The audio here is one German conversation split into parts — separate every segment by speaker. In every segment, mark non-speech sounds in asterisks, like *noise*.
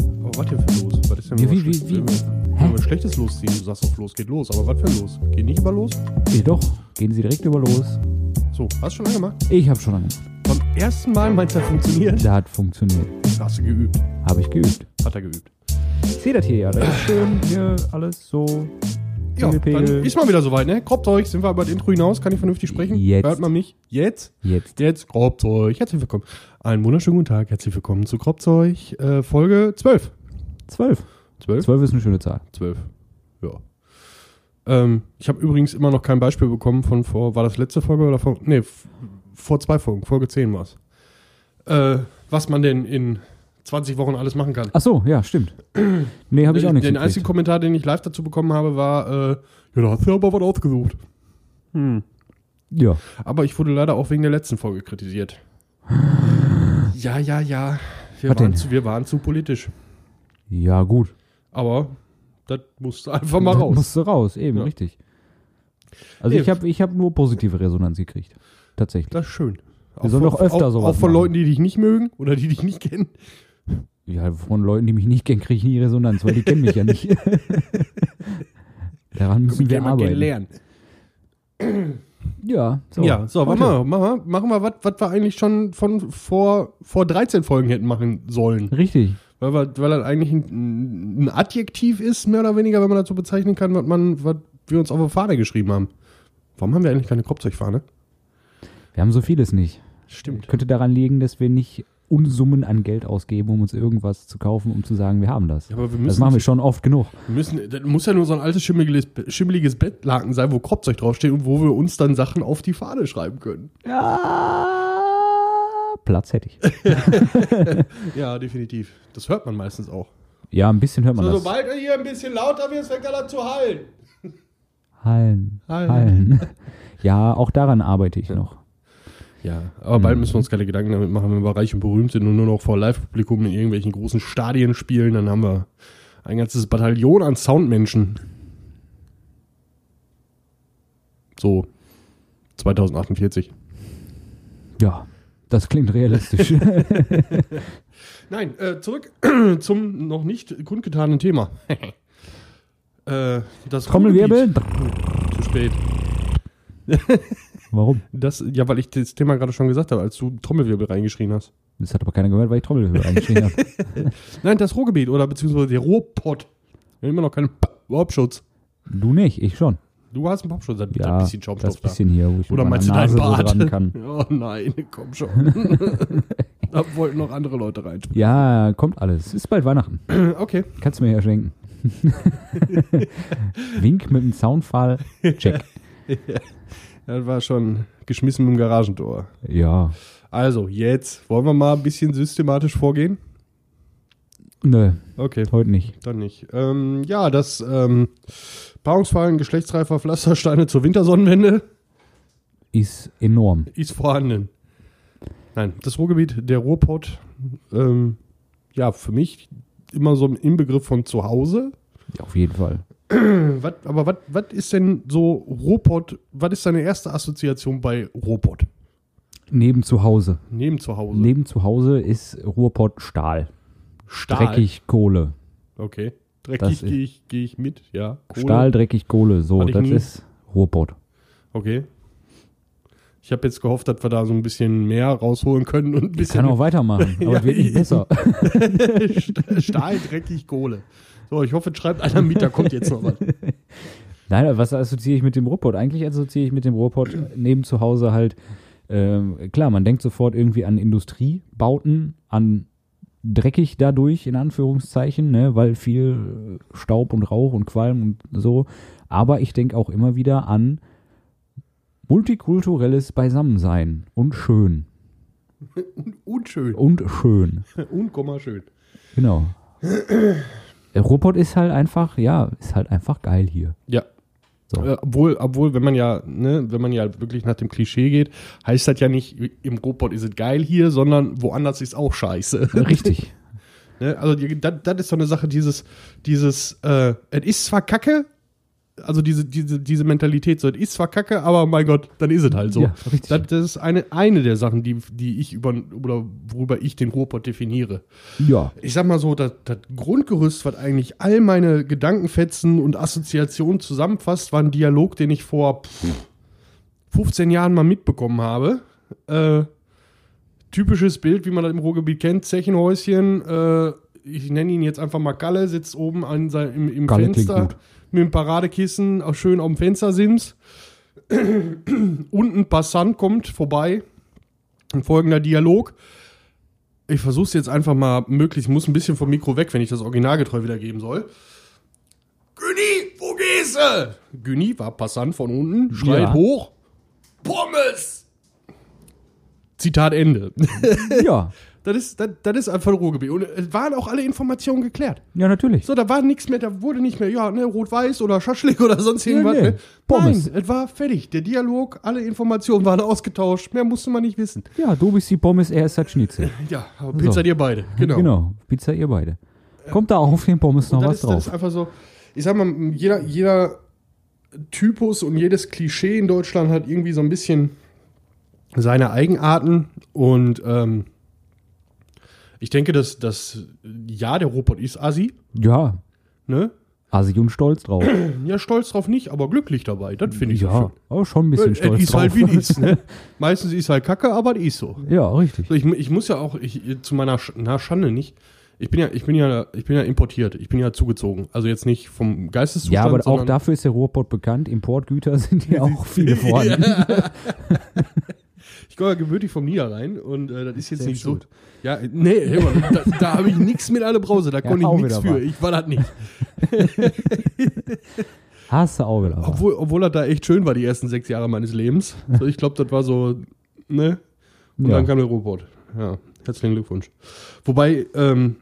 Speaker 1: Aber was hier für los? Was ist denn
Speaker 2: Wie,
Speaker 1: mal
Speaker 2: wie,
Speaker 1: schlecht-
Speaker 2: wie, wie?
Speaker 1: Wenn wir- Wenn wir schlechtes losziehen, du sagst auf los, geht los. Aber was für los? Geht nicht über los?
Speaker 2: Jedoch gehen sie direkt über los.
Speaker 1: So, hast du schon angemacht?
Speaker 2: Ich habe schon angemacht.
Speaker 1: Beim ersten Mal meinst du, das funktioniert?
Speaker 2: Das hat funktioniert.
Speaker 1: Hast du geübt?
Speaker 2: Habe ich geübt.
Speaker 1: Hat er geübt.
Speaker 2: Ich sehe das hier ja. Das ist schön hier alles so.
Speaker 1: Ja, dann ist mal wieder soweit, ne? Kropfzeug, sind wir über das Intro hinaus? Kann ich vernünftig sprechen?
Speaker 2: Jetzt.
Speaker 1: Hört man mich? Jetzt?
Speaker 2: Jetzt.
Speaker 1: Jetzt Kropfzeug. Herzlich willkommen. Einen wunderschönen guten Tag. Herzlich willkommen zu Kropfzeug, äh, Folge 12.
Speaker 2: Zwölf.
Speaker 1: 12?
Speaker 2: Zwölf ist eine schöne Zahl.
Speaker 1: 12. Ja. Ähm, ich habe übrigens immer noch kein Beispiel bekommen von vor, war das letzte Folge oder vor, nee, f- vor zwei Folgen, Folge 10 war es. Äh, was man denn in 20 Wochen alles machen kann.
Speaker 2: Ach so, ja, stimmt. Nee, habe ich auch
Speaker 1: den
Speaker 2: nichts
Speaker 1: den einzigen
Speaker 2: gekriegt.
Speaker 1: Kommentar, den ich live dazu bekommen habe, war, äh, ja, da hast du aber was ausgesucht. Hm.
Speaker 2: Ja.
Speaker 1: Aber ich wurde leider auch wegen der letzten Folge
Speaker 2: *laughs*
Speaker 1: kritisiert. Ja, ja, ja. Wir
Speaker 2: Was
Speaker 1: waren,
Speaker 2: denn?
Speaker 1: zu, wir waren zu politisch.
Speaker 2: Ja, gut.
Speaker 1: Aber das musste einfach mal
Speaker 2: Das
Speaker 1: raus.
Speaker 2: Musste raus, eben,
Speaker 1: Ja.
Speaker 2: richtig. Also
Speaker 1: Nee.
Speaker 2: ich habe ich hab nur positive Resonanz gekriegt. Tatsächlich.
Speaker 1: Das ist schön. Wir
Speaker 2: sollen doch öfter
Speaker 1: auch,
Speaker 2: sowas
Speaker 1: Auch von
Speaker 2: machen.
Speaker 1: Leuten, die dich nicht mögen oder die dich nicht kennen.
Speaker 2: Ja, von Leuten, die mich nicht kennen, kriege ich nie Resonanz, weil die kennen mich
Speaker 1: *laughs*
Speaker 2: ja nicht. Daran müssen wir arbeiten.
Speaker 1: kennenlernen.
Speaker 2: Ja, so.
Speaker 1: Ja, so, warte
Speaker 2: Heute.
Speaker 1: mal, machen wir, machen wir was, was wir eigentlich schon von vor, vor 13 Folgen hätten machen sollen.
Speaker 2: Richtig.
Speaker 1: Weil, wir, weil das eigentlich ein, ein Adjektiv ist, mehr oder weniger, wenn man dazu bezeichnen kann, was, man, was wir uns auf der Fahne geschrieben haben. Warum haben wir eigentlich keine Kropfzeugfahne?
Speaker 2: Wir haben so vieles nicht.
Speaker 1: Stimmt.
Speaker 2: Könnte daran liegen, dass wir nicht Unsummen an Geld ausgeben, um uns irgendwas zu kaufen, um zu sagen, wir haben das.
Speaker 1: Ja, aber wir
Speaker 2: das
Speaker 1: müssen-
Speaker 2: machen wir schon oft genug.
Speaker 1: Wir müssen, das muss ja nur so ein altes schimmeliges, schimmeliges Bettlaken sein, wo Kropfzeug draufsteht und wo wir uns dann Sachen auf die Fahne schreiben können.
Speaker 2: Ja, Ah, Platz hätte ich.
Speaker 1: Ja, definitiv. Das hört man meistens auch.
Speaker 2: Ja, ein bisschen hört man das.
Speaker 1: sobald er hier ein bisschen lauter wird, fängt er an zu hallen.
Speaker 2: Hallen,
Speaker 1: Hallen.
Speaker 2: Hallen. *laughs* Ja, auch daran arbeite ich noch.
Speaker 1: Ja, aber bald müssen wir uns keine Gedanken damit machen, wenn wir reich und berühmt sind und nur noch vor Live-Publikum in irgendwelchen großen Stadien spielen, dann haben wir ein ganzes Bataillon an Soundmenschen. So 2048.
Speaker 2: Ja, das
Speaker 1: *laughs*
Speaker 2: klingt realistisch.
Speaker 1: Nein, äh, zurück *clears throat* zum noch nicht kundgetanen *laughs* Thema. äh, das
Speaker 2: Trommelwirbel?
Speaker 1: Ruhrgebiet- Zu spät.
Speaker 2: Warum?
Speaker 1: Das, ja, weil ich das Thema gerade schon gesagt habe, als du Trommelwirbel reingeschrien hast.
Speaker 2: Das hat aber keiner gehört, weil
Speaker 1: *laughs*
Speaker 2: ich Trommelhöhe eingeschrieben habe.
Speaker 1: Nein, das Ruhrgebiet oder beziehungsweise der Ruhrpott. Wir haben immer noch keinen P- Popschutz.
Speaker 2: Du nicht, ich schon.
Speaker 1: Du hast einen Popschutz, da
Speaker 2: Ja,
Speaker 1: ein bisschen Schaumstoff
Speaker 2: das bisschen hier, wo ich
Speaker 1: da. Oder
Speaker 2: mit meiner
Speaker 1: meinst du deinen
Speaker 2: Nase so
Speaker 1: Bart?
Speaker 2: dran kann.
Speaker 1: *laughs* Oh nein, komm schon. *laughs* da wollten noch andere Leute rein. *clears throat*
Speaker 2: Ja, kommt alles. Ist bald Weihnachten.
Speaker 1: Okay.
Speaker 2: Kannst du mir
Speaker 1: *laughs*
Speaker 2: ja schenken. Wink mit dem Soundfall. Check.
Speaker 1: Das war schon geschmissen mit dem Garagentor.
Speaker 2: Ja.
Speaker 1: Also, jetzt wollen wir mal ein bisschen systematisch vorgehen.
Speaker 2: Nö,
Speaker 1: Okay,
Speaker 2: heute nicht.
Speaker 1: dann nicht. Ähm, ja, das ähm, Paarungsfallen geschlechtsreifer Pflastersteine zur Wintersonnenwende.
Speaker 2: Ist enorm.
Speaker 1: ist vorhanden. Nein, das Ruhrgebiet, der Ruhrpott, ähm, ja, für mich immer so ein Inbegriff von zu Hause.
Speaker 2: Ja, auf jeden Fall.
Speaker 1: Äh, wat, aber was wat ist denn so Ruhrpott, was ist deine erste Assoziation bei Ruhrpott?
Speaker 2: Neben zu Hause.
Speaker 1: Neben zu Hause.
Speaker 2: Neben zu Hause ist Ruhrpott Stahl.
Speaker 1: Stahl.
Speaker 2: Dreckig Kohle.
Speaker 1: Okay.
Speaker 2: Das
Speaker 1: Dreckig
Speaker 2: ist-
Speaker 1: gehe ich, geh ich mit, ja. Kohle.
Speaker 2: Stahl, dreckig Kohle. So,
Speaker 1: Hatte ich
Speaker 2: das
Speaker 1: nie.
Speaker 2: ist Ruhrpott.
Speaker 1: Okay. Ich habe jetzt gehofft, dass wir da so ein bisschen mehr rausholen können und ein
Speaker 2: Ich kann
Speaker 1: bisschen
Speaker 2: auch weitermachen,
Speaker 1: *laughs*
Speaker 2: aber
Speaker 1: Ja,
Speaker 2: es wird nicht
Speaker 1: eben.
Speaker 2: besser.
Speaker 1: *laughs* Stahl, dreckig, Kohle. So, ich hoffe, es schreibt einer mit, da kommt jetzt noch
Speaker 2: *laughs*
Speaker 1: was.
Speaker 2: Nein, aber was assoziiere ich mit dem Ruhrpott? Eigentlich assoziiere ich mit dem Ruhrpott neben zu Hause halt, ähm, klar, man denkt sofort irgendwie an Industriebauten, an dreckig dadurch, in Anführungszeichen, ne, weil viel äh, Staub und Rauch und Qualm und so. Aber ich denke auch immer wieder an multikulturelles Beisammensein und schön.
Speaker 1: Unschön.
Speaker 2: Und schön.
Speaker 1: Unkomma schön.
Speaker 2: Genau. Der Ruhrpott ist halt einfach, ja, ist halt einfach geil hier.
Speaker 1: Ja.
Speaker 2: So.
Speaker 1: Äh, obwohl, obwohl, wenn man ja, ne, wenn man ja wirklich nach dem Klischee geht, heißt das ja nicht, im Robot ist es geil hier, sondern woanders ist auch scheiße. *laughs*
Speaker 2: Richtig.
Speaker 1: ne? Also die- das das ist so eine Sache, dieses, dieses, äh, es ist zwar Kacke, also diese, diese, diese Mentalität, so, das ist zwar kacke, aber mein Gott, dann ist es halt so.
Speaker 2: Ja, richtig.
Speaker 1: das, das ist eine, eine der Sachen, die, die ich über, oder worüber ich den Ruhrpott definiere.
Speaker 2: Ja.
Speaker 1: Ich sag mal so, das, das Grundgerüst, was eigentlich all meine Gedankenfetzen und Assoziationen zusammenfasst, war ein Dialog, den ich vor pff, 15 Jahren mal mitbekommen habe. Äh, typisches Bild, wie man das im Ruhrgebiet kennt, Zechenhäuschen, äh, ich nenne ihn jetzt einfach mal Galle, sitzt oben an sein, im, im
Speaker 2: Galle klingt
Speaker 1: Fenster
Speaker 2: gut.
Speaker 1: mit dem Paradekissen auch schön auf dem *clears throat* Fenstersims. Unten Passant kommt vorbei. Und folgender Dialog. Ich versuche es jetzt einfach mal möglichst, muss ein bisschen vom Mikro weg, wenn ich das originalgetreu wiedergeben soll. Güni, wo gehst du? Güni war Passant von unten, schreit
Speaker 2: Ja.
Speaker 1: hoch. Pommes! Zitat Ende.
Speaker 2: Ja.
Speaker 1: *laughs* Das ist, das, das ist einfach Ruhrgebiet. Und es waren auch alle Informationen geklärt.
Speaker 2: Ja, natürlich.
Speaker 1: So, da war nichts mehr, da wurde nicht mehr, ja, ne, rot-weiß oder Schaschlik oder sonst irgendwas.
Speaker 2: nee.
Speaker 1: Ne?
Speaker 2: Pommes.
Speaker 1: Nein, es war fertig. Der Dialog, alle Informationen waren ausgetauscht. Mehr musste man nicht wissen.
Speaker 2: Ja, du bist die Pommes, er ist das Schnitzel.
Speaker 1: Ja, aber Pizza dir beide. *laughs* Genau.
Speaker 2: Genau. Pizza, ihr beide. Kommt da auch auf den Pommes noch
Speaker 1: Das,
Speaker 2: was
Speaker 1: ist, das
Speaker 2: drauf?
Speaker 1: ist einfach so, ich sag mal, jeder, jeder Typus und jedes Klischee in Deutschland hat irgendwie so ein bisschen seine Eigenarten und ähm, ich denke, dass das ja, der Robot ist Assi,
Speaker 2: Ja.
Speaker 1: ne?
Speaker 2: Assi und
Speaker 1: *clears throat*
Speaker 2: stolz drauf.
Speaker 1: Ja, stolz drauf nicht, aber glücklich dabei. Das finde ich so schön.
Speaker 2: ja. Aber schon ein bisschen
Speaker 1: Äh,
Speaker 2: stolz
Speaker 1: ist
Speaker 2: drauf.
Speaker 1: halt wie ist, ne? Meistens ist halt Kacke, aber die ist so.
Speaker 2: *laughs* ja, richtig.
Speaker 1: so ich, mu- ich muss ja auch ich, zu meiner Sch na, Schande nicht. Ich bin ja ich bin ja ich bin ja importiert. Ich bin ja zugezogen. Also jetzt nicht vom Geisteszustand.
Speaker 2: Ja, aber auch
Speaker 1: sondern-
Speaker 2: dafür ist der Ruhrpott bekannt. Importgüter *laughs* sind
Speaker 1: *laughs*
Speaker 2: ja auch viele vorhanden.
Speaker 1: Ich komme ja gebürtig vom Niederrhein und äh, das ist jetzt
Speaker 2: Selbst
Speaker 1: nicht
Speaker 2: schuld.
Speaker 1: so. Ja, äh, nee, hör mal, da, da habe ich nichts mit alle Brause. Da konnte
Speaker 2: auch
Speaker 1: ich nichts
Speaker 2: wieder wahr.
Speaker 1: für. Ich war das nicht.
Speaker 2: Hast du auch gelacht.
Speaker 1: Obwohl, obwohl das da echt schön war die ersten sechs Jahre meines Lebens. *laughs* So, ich glaube, das war so ne. Und
Speaker 2: Ja.
Speaker 1: dann kam der Robot. Ja, herzlichen Glückwunsch. Wobei, ähm,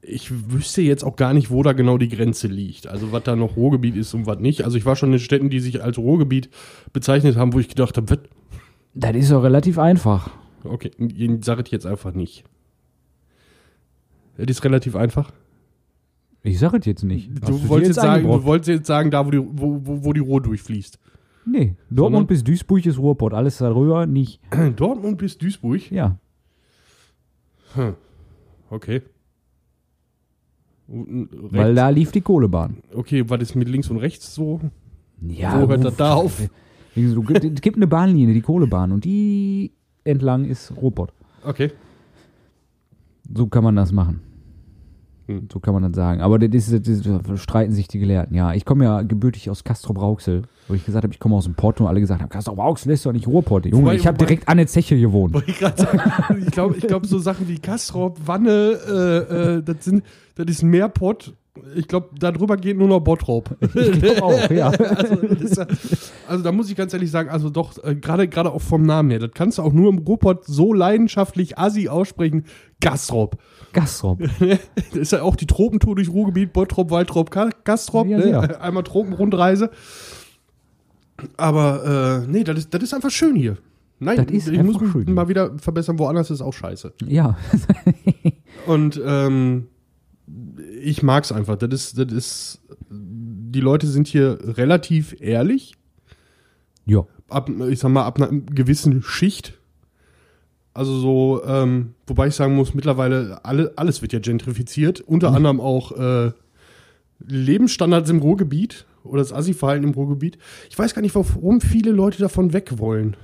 Speaker 1: ich wüsste jetzt auch gar nicht, wo da genau die Grenze liegt. Also, was da noch Ruhrgebiet ist und was nicht. Also, ich war schon in Städten, die sich als Ruhrgebiet bezeichnet haben, wo ich gedacht habe, was?
Speaker 2: Das ist doch relativ einfach.
Speaker 1: Okay, ich sag es jetzt einfach nicht. Das ist relativ einfach.
Speaker 2: Ich sage es jetzt nicht. Hast
Speaker 1: Du
Speaker 2: dir
Speaker 1: wolltest, jetzt sagen, du
Speaker 2: eingebrockt?
Speaker 1: wolltest jetzt sagen, da, wo die, wo, wo, wo die Ruhr durchfließt.
Speaker 2: Nee,
Speaker 1: Sondern-
Speaker 2: Dortmund bis Duisburg ist Ruhrpott. Alles darüber nicht.
Speaker 1: Dortmund bis Duisburg.
Speaker 2: Ja.
Speaker 1: Okay.
Speaker 2: Weil da lief die Kohlebahn.
Speaker 1: okay, was ist mit links und rechts so?
Speaker 2: Ja.
Speaker 1: Wo hört das da auf?
Speaker 2: Es gibt eine Bahnlinie, die Kohlebahn, und die entlang ist Ruhrpott.
Speaker 1: Okay.
Speaker 2: So kann man das machen.
Speaker 1: Hm.
Speaker 2: So kann man das sagen. Aber das ist, das ist, da streiten sich die Gelehrten. Ja, ich komme ja gebürtig aus Castrop-Rauxel, wo ich gesagt habe, ich komme aus dem Porto. Und alle gesagt haben, Castrop-Rauxel ist doch nicht Ruhrpott. Junge,
Speaker 1: Wobei-
Speaker 2: ich habe
Speaker 1: wobei-
Speaker 2: direkt an der Zeche
Speaker 1: *laughs* *laughs*
Speaker 2: gewohnt.
Speaker 1: Wollte ich gerade sagen. Ich glaube, ich glaub, so Sachen wie Kastrop, Wanne, äh, äh, das sind, das ist mehr Pott. Ich glaube, darüber geht nur noch Bottrop. *laughs*
Speaker 2: Ich glaube auch, ja.
Speaker 1: Also, das ist ja, also da muss ich ganz ehrlich sagen, also doch, äh, gerade gerade auch vom Namen her, das kannst du auch nur im Ruhrpott so leidenschaftlich assi aussprechen. Gastrop.
Speaker 2: Castrop.
Speaker 1: *laughs* Das ist ja auch die Tropentour durch Ruhrgebiet, Bottrop, Waldrop, Ka- Kastrop,
Speaker 2: Ja,
Speaker 1: ne? *laughs*
Speaker 2: sehr.
Speaker 1: einmal Tropenrundreise. Aber äh, nee, das ist, das ist einfach schön hier. Nein,
Speaker 2: Das ist
Speaker 1: ich muss
Speaker 2: einfach
Speaker 1: mich
Speaker 2: schön.
Speaker 1: mal wieder verbessern, woanders ist auch scheiße.
Speaker 2: Ja. *laughs*
Speaker 1: Und ähm, ich mag's einfach. Das ist, das ist, die Leute sind hier relativ ehrlich.
Speaker 2: ja.
Speaker 1: ab, ich sag mal, ab einer gewissen Schicht. Also so, ähm, wobei ich sagen muss, mittlerweile alle, alles wird ja gentrifiziert,
Speaker 2: Mhm.
Speaker 1: unter anderem auch äh, Lebensstandards im Ruhrgebiet oder das Assi-Verhalten im Ruhrgebiet. Ich weiß gar nicht, warum viele Leute davon weg wollen.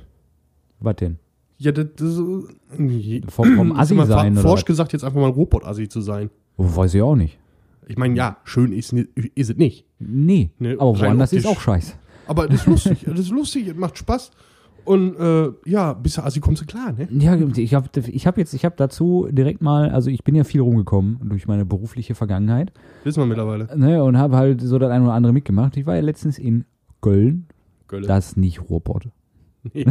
Speaker 2: Was denn?
Speaker 1: Ja, das, das nee.
Speaker 2: Vom, vom
Speaker 1: Ist
Speaker 2: Assi
Speaker 1: immer
Speaker 2: sein
Speaker 1: fa-
Speaker 2: oder
Speaker 1: forsch
Speaker 2: was?
Speaker 1: gesagt, jetzt einfach mal ein Robot-Assi zu sein.
Speaker 2: Weiß ich auch nicht.
Speaker 1: Ich meine, ja, schön ist, ni- ist es nicht.
Speaker 2: Nee,
Speaker 1: Nee,
Speaker 2: aber
Speaker 1: rein
Speaker 2: woanders ist
Speaker 1: optisch.
Speaker 2: auch scheiße.
Speaker 1: Aber das ist lustig, das ist lustig, es macht Spaß. Und äh, ja, bis der Assi kommst du klar, ne?
Speaker 2: Ja, ich habe ich hab jetzt, ich habe dazu direkt mal, also ich bin ja viel rumgekommen durch meine berufliche Vergangenheit
Speaker 1: Wissen wir mittlerweile.
Speaker 2: ne, und habe halt so das eine oder andere mitgemacht. Ich war ja letztens in Köln,
Speaker 1: Gölle.
Speaker 2: das ist nicht Ruhrpott.
Speaker 1: Nee.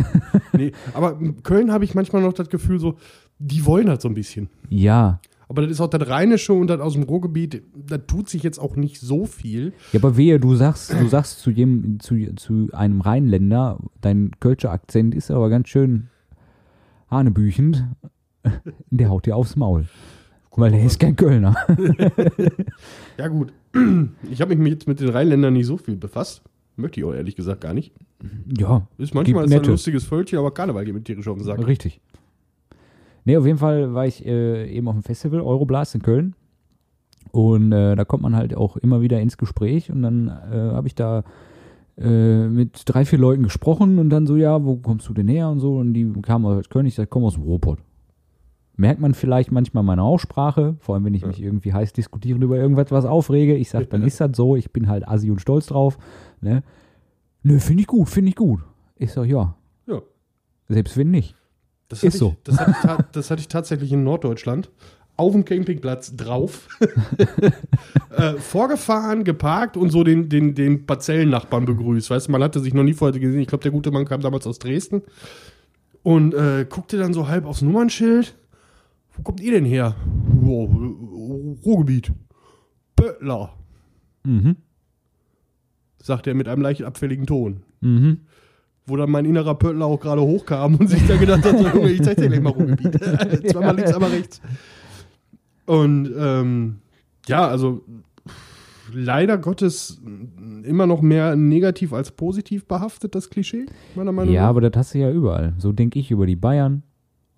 Speaker 1: nee. Aber in Köln habe ich manchmal noch das Gefühl, so, die wollen halt so ein bisschen.
Speaker 2: Ja.
Speaker 1: Aber das ist auch das Rheinische und das aus dem Ruhrgebiet, da tut sich jetzt auch nicht so viel.
Speaker 2: Ja, aber wehe, du sagst, du sagst zu, jedem, zu, zu einem Rheinländer, dein Kölscher Akzent ist *laughs* aber ganz schön hanebüchend. Der haut dir aufs Maul. Guck mal, der ist kein Kölner. *laughs*
Speaker 1: Ja, gut. *clears throat* Ich habe mich jetzt mit den Rheinländern nicht so viel befasst. Möchte ich auch ehrlich gesagt gar nicht.
Speaker 2: ja,
Speaker 1: Ist manchmal
Speaker 2: Gibt
Speaker 1: ist ein
Speaker 2: nette.
Speaker 1: lustiges Völkchen, aber Karneval geht mit tierisch auf den Sack.
Speaker 2: richtig. Nee, auf jeden Fall war ich äh, eben auf dem Festival Euroblast in Köln. Und äh, da kommt man halt auch immer wieder ins Gespräch. Und dann äh, habe ich da äh, mit drei, vier Leuten gesprochen und dann so, ja, wo kommst du denn her und so. Und die kamen aus Köln, ich sage, komm aus dem Ruhrpott. Merkt man vielleicht manchmal meine Aussprache, vor allem wenn ich mich irgendwie heiß diskutieren über irgendwas was aufrege. Ich sage, dann ist das so, ich bin halt assi und stolz drauf. Ne? Nö, finde ich gut, finde ich gut. Ich sage, ja,
Speaker 1: Ja.
Speaker 2: selbst wenn nicht.
Speaker 1: Das
Speaker 2: Ist
Speaker 1: hatte
Speaker 2: so.
Speaker 1: Ich, das, hatte ich ta- das hatte ich tatsächlich in Norddeutschland. Auf dem Campingplatz drauf. *laughs* äh, vorgefahren, geparkt und so den, den, den Parzellennachbarn begrüßt. Weißt du, man hatte sich noch nie vorher gesehen. Ich glaube, der gute Mann kam damals aus Dresden und äh, guckte dann so halb aufs Nummernschild. Wo kommt ihr denn her? Wow, Ruhrgebiet. Böttler,
Speaker 2: Mhm.
Speaker 1: sagt er mit einem leicht abfälligen Ton.
Speaker 2: Mhm.
Speaker 1: wo dann mein innerer Pöttler auch gerade hochkam und sich dann gedacht hat, so, Junge, ich zeig dir gleich mal
Speaker 2: *laughs*
Speaker 1: Ruhrgebiet. *laughs* Zweimal links, einmal rechts. Und ähm, ja, also leider Gottes immer noch mehr negativ als positiv behaftet, das Klischee, meiner Meinung
Speaker 2: Ja,
Speaker 1: nach.
Speaker 2: aber das hast du ja überall. So denke ich über die Bayern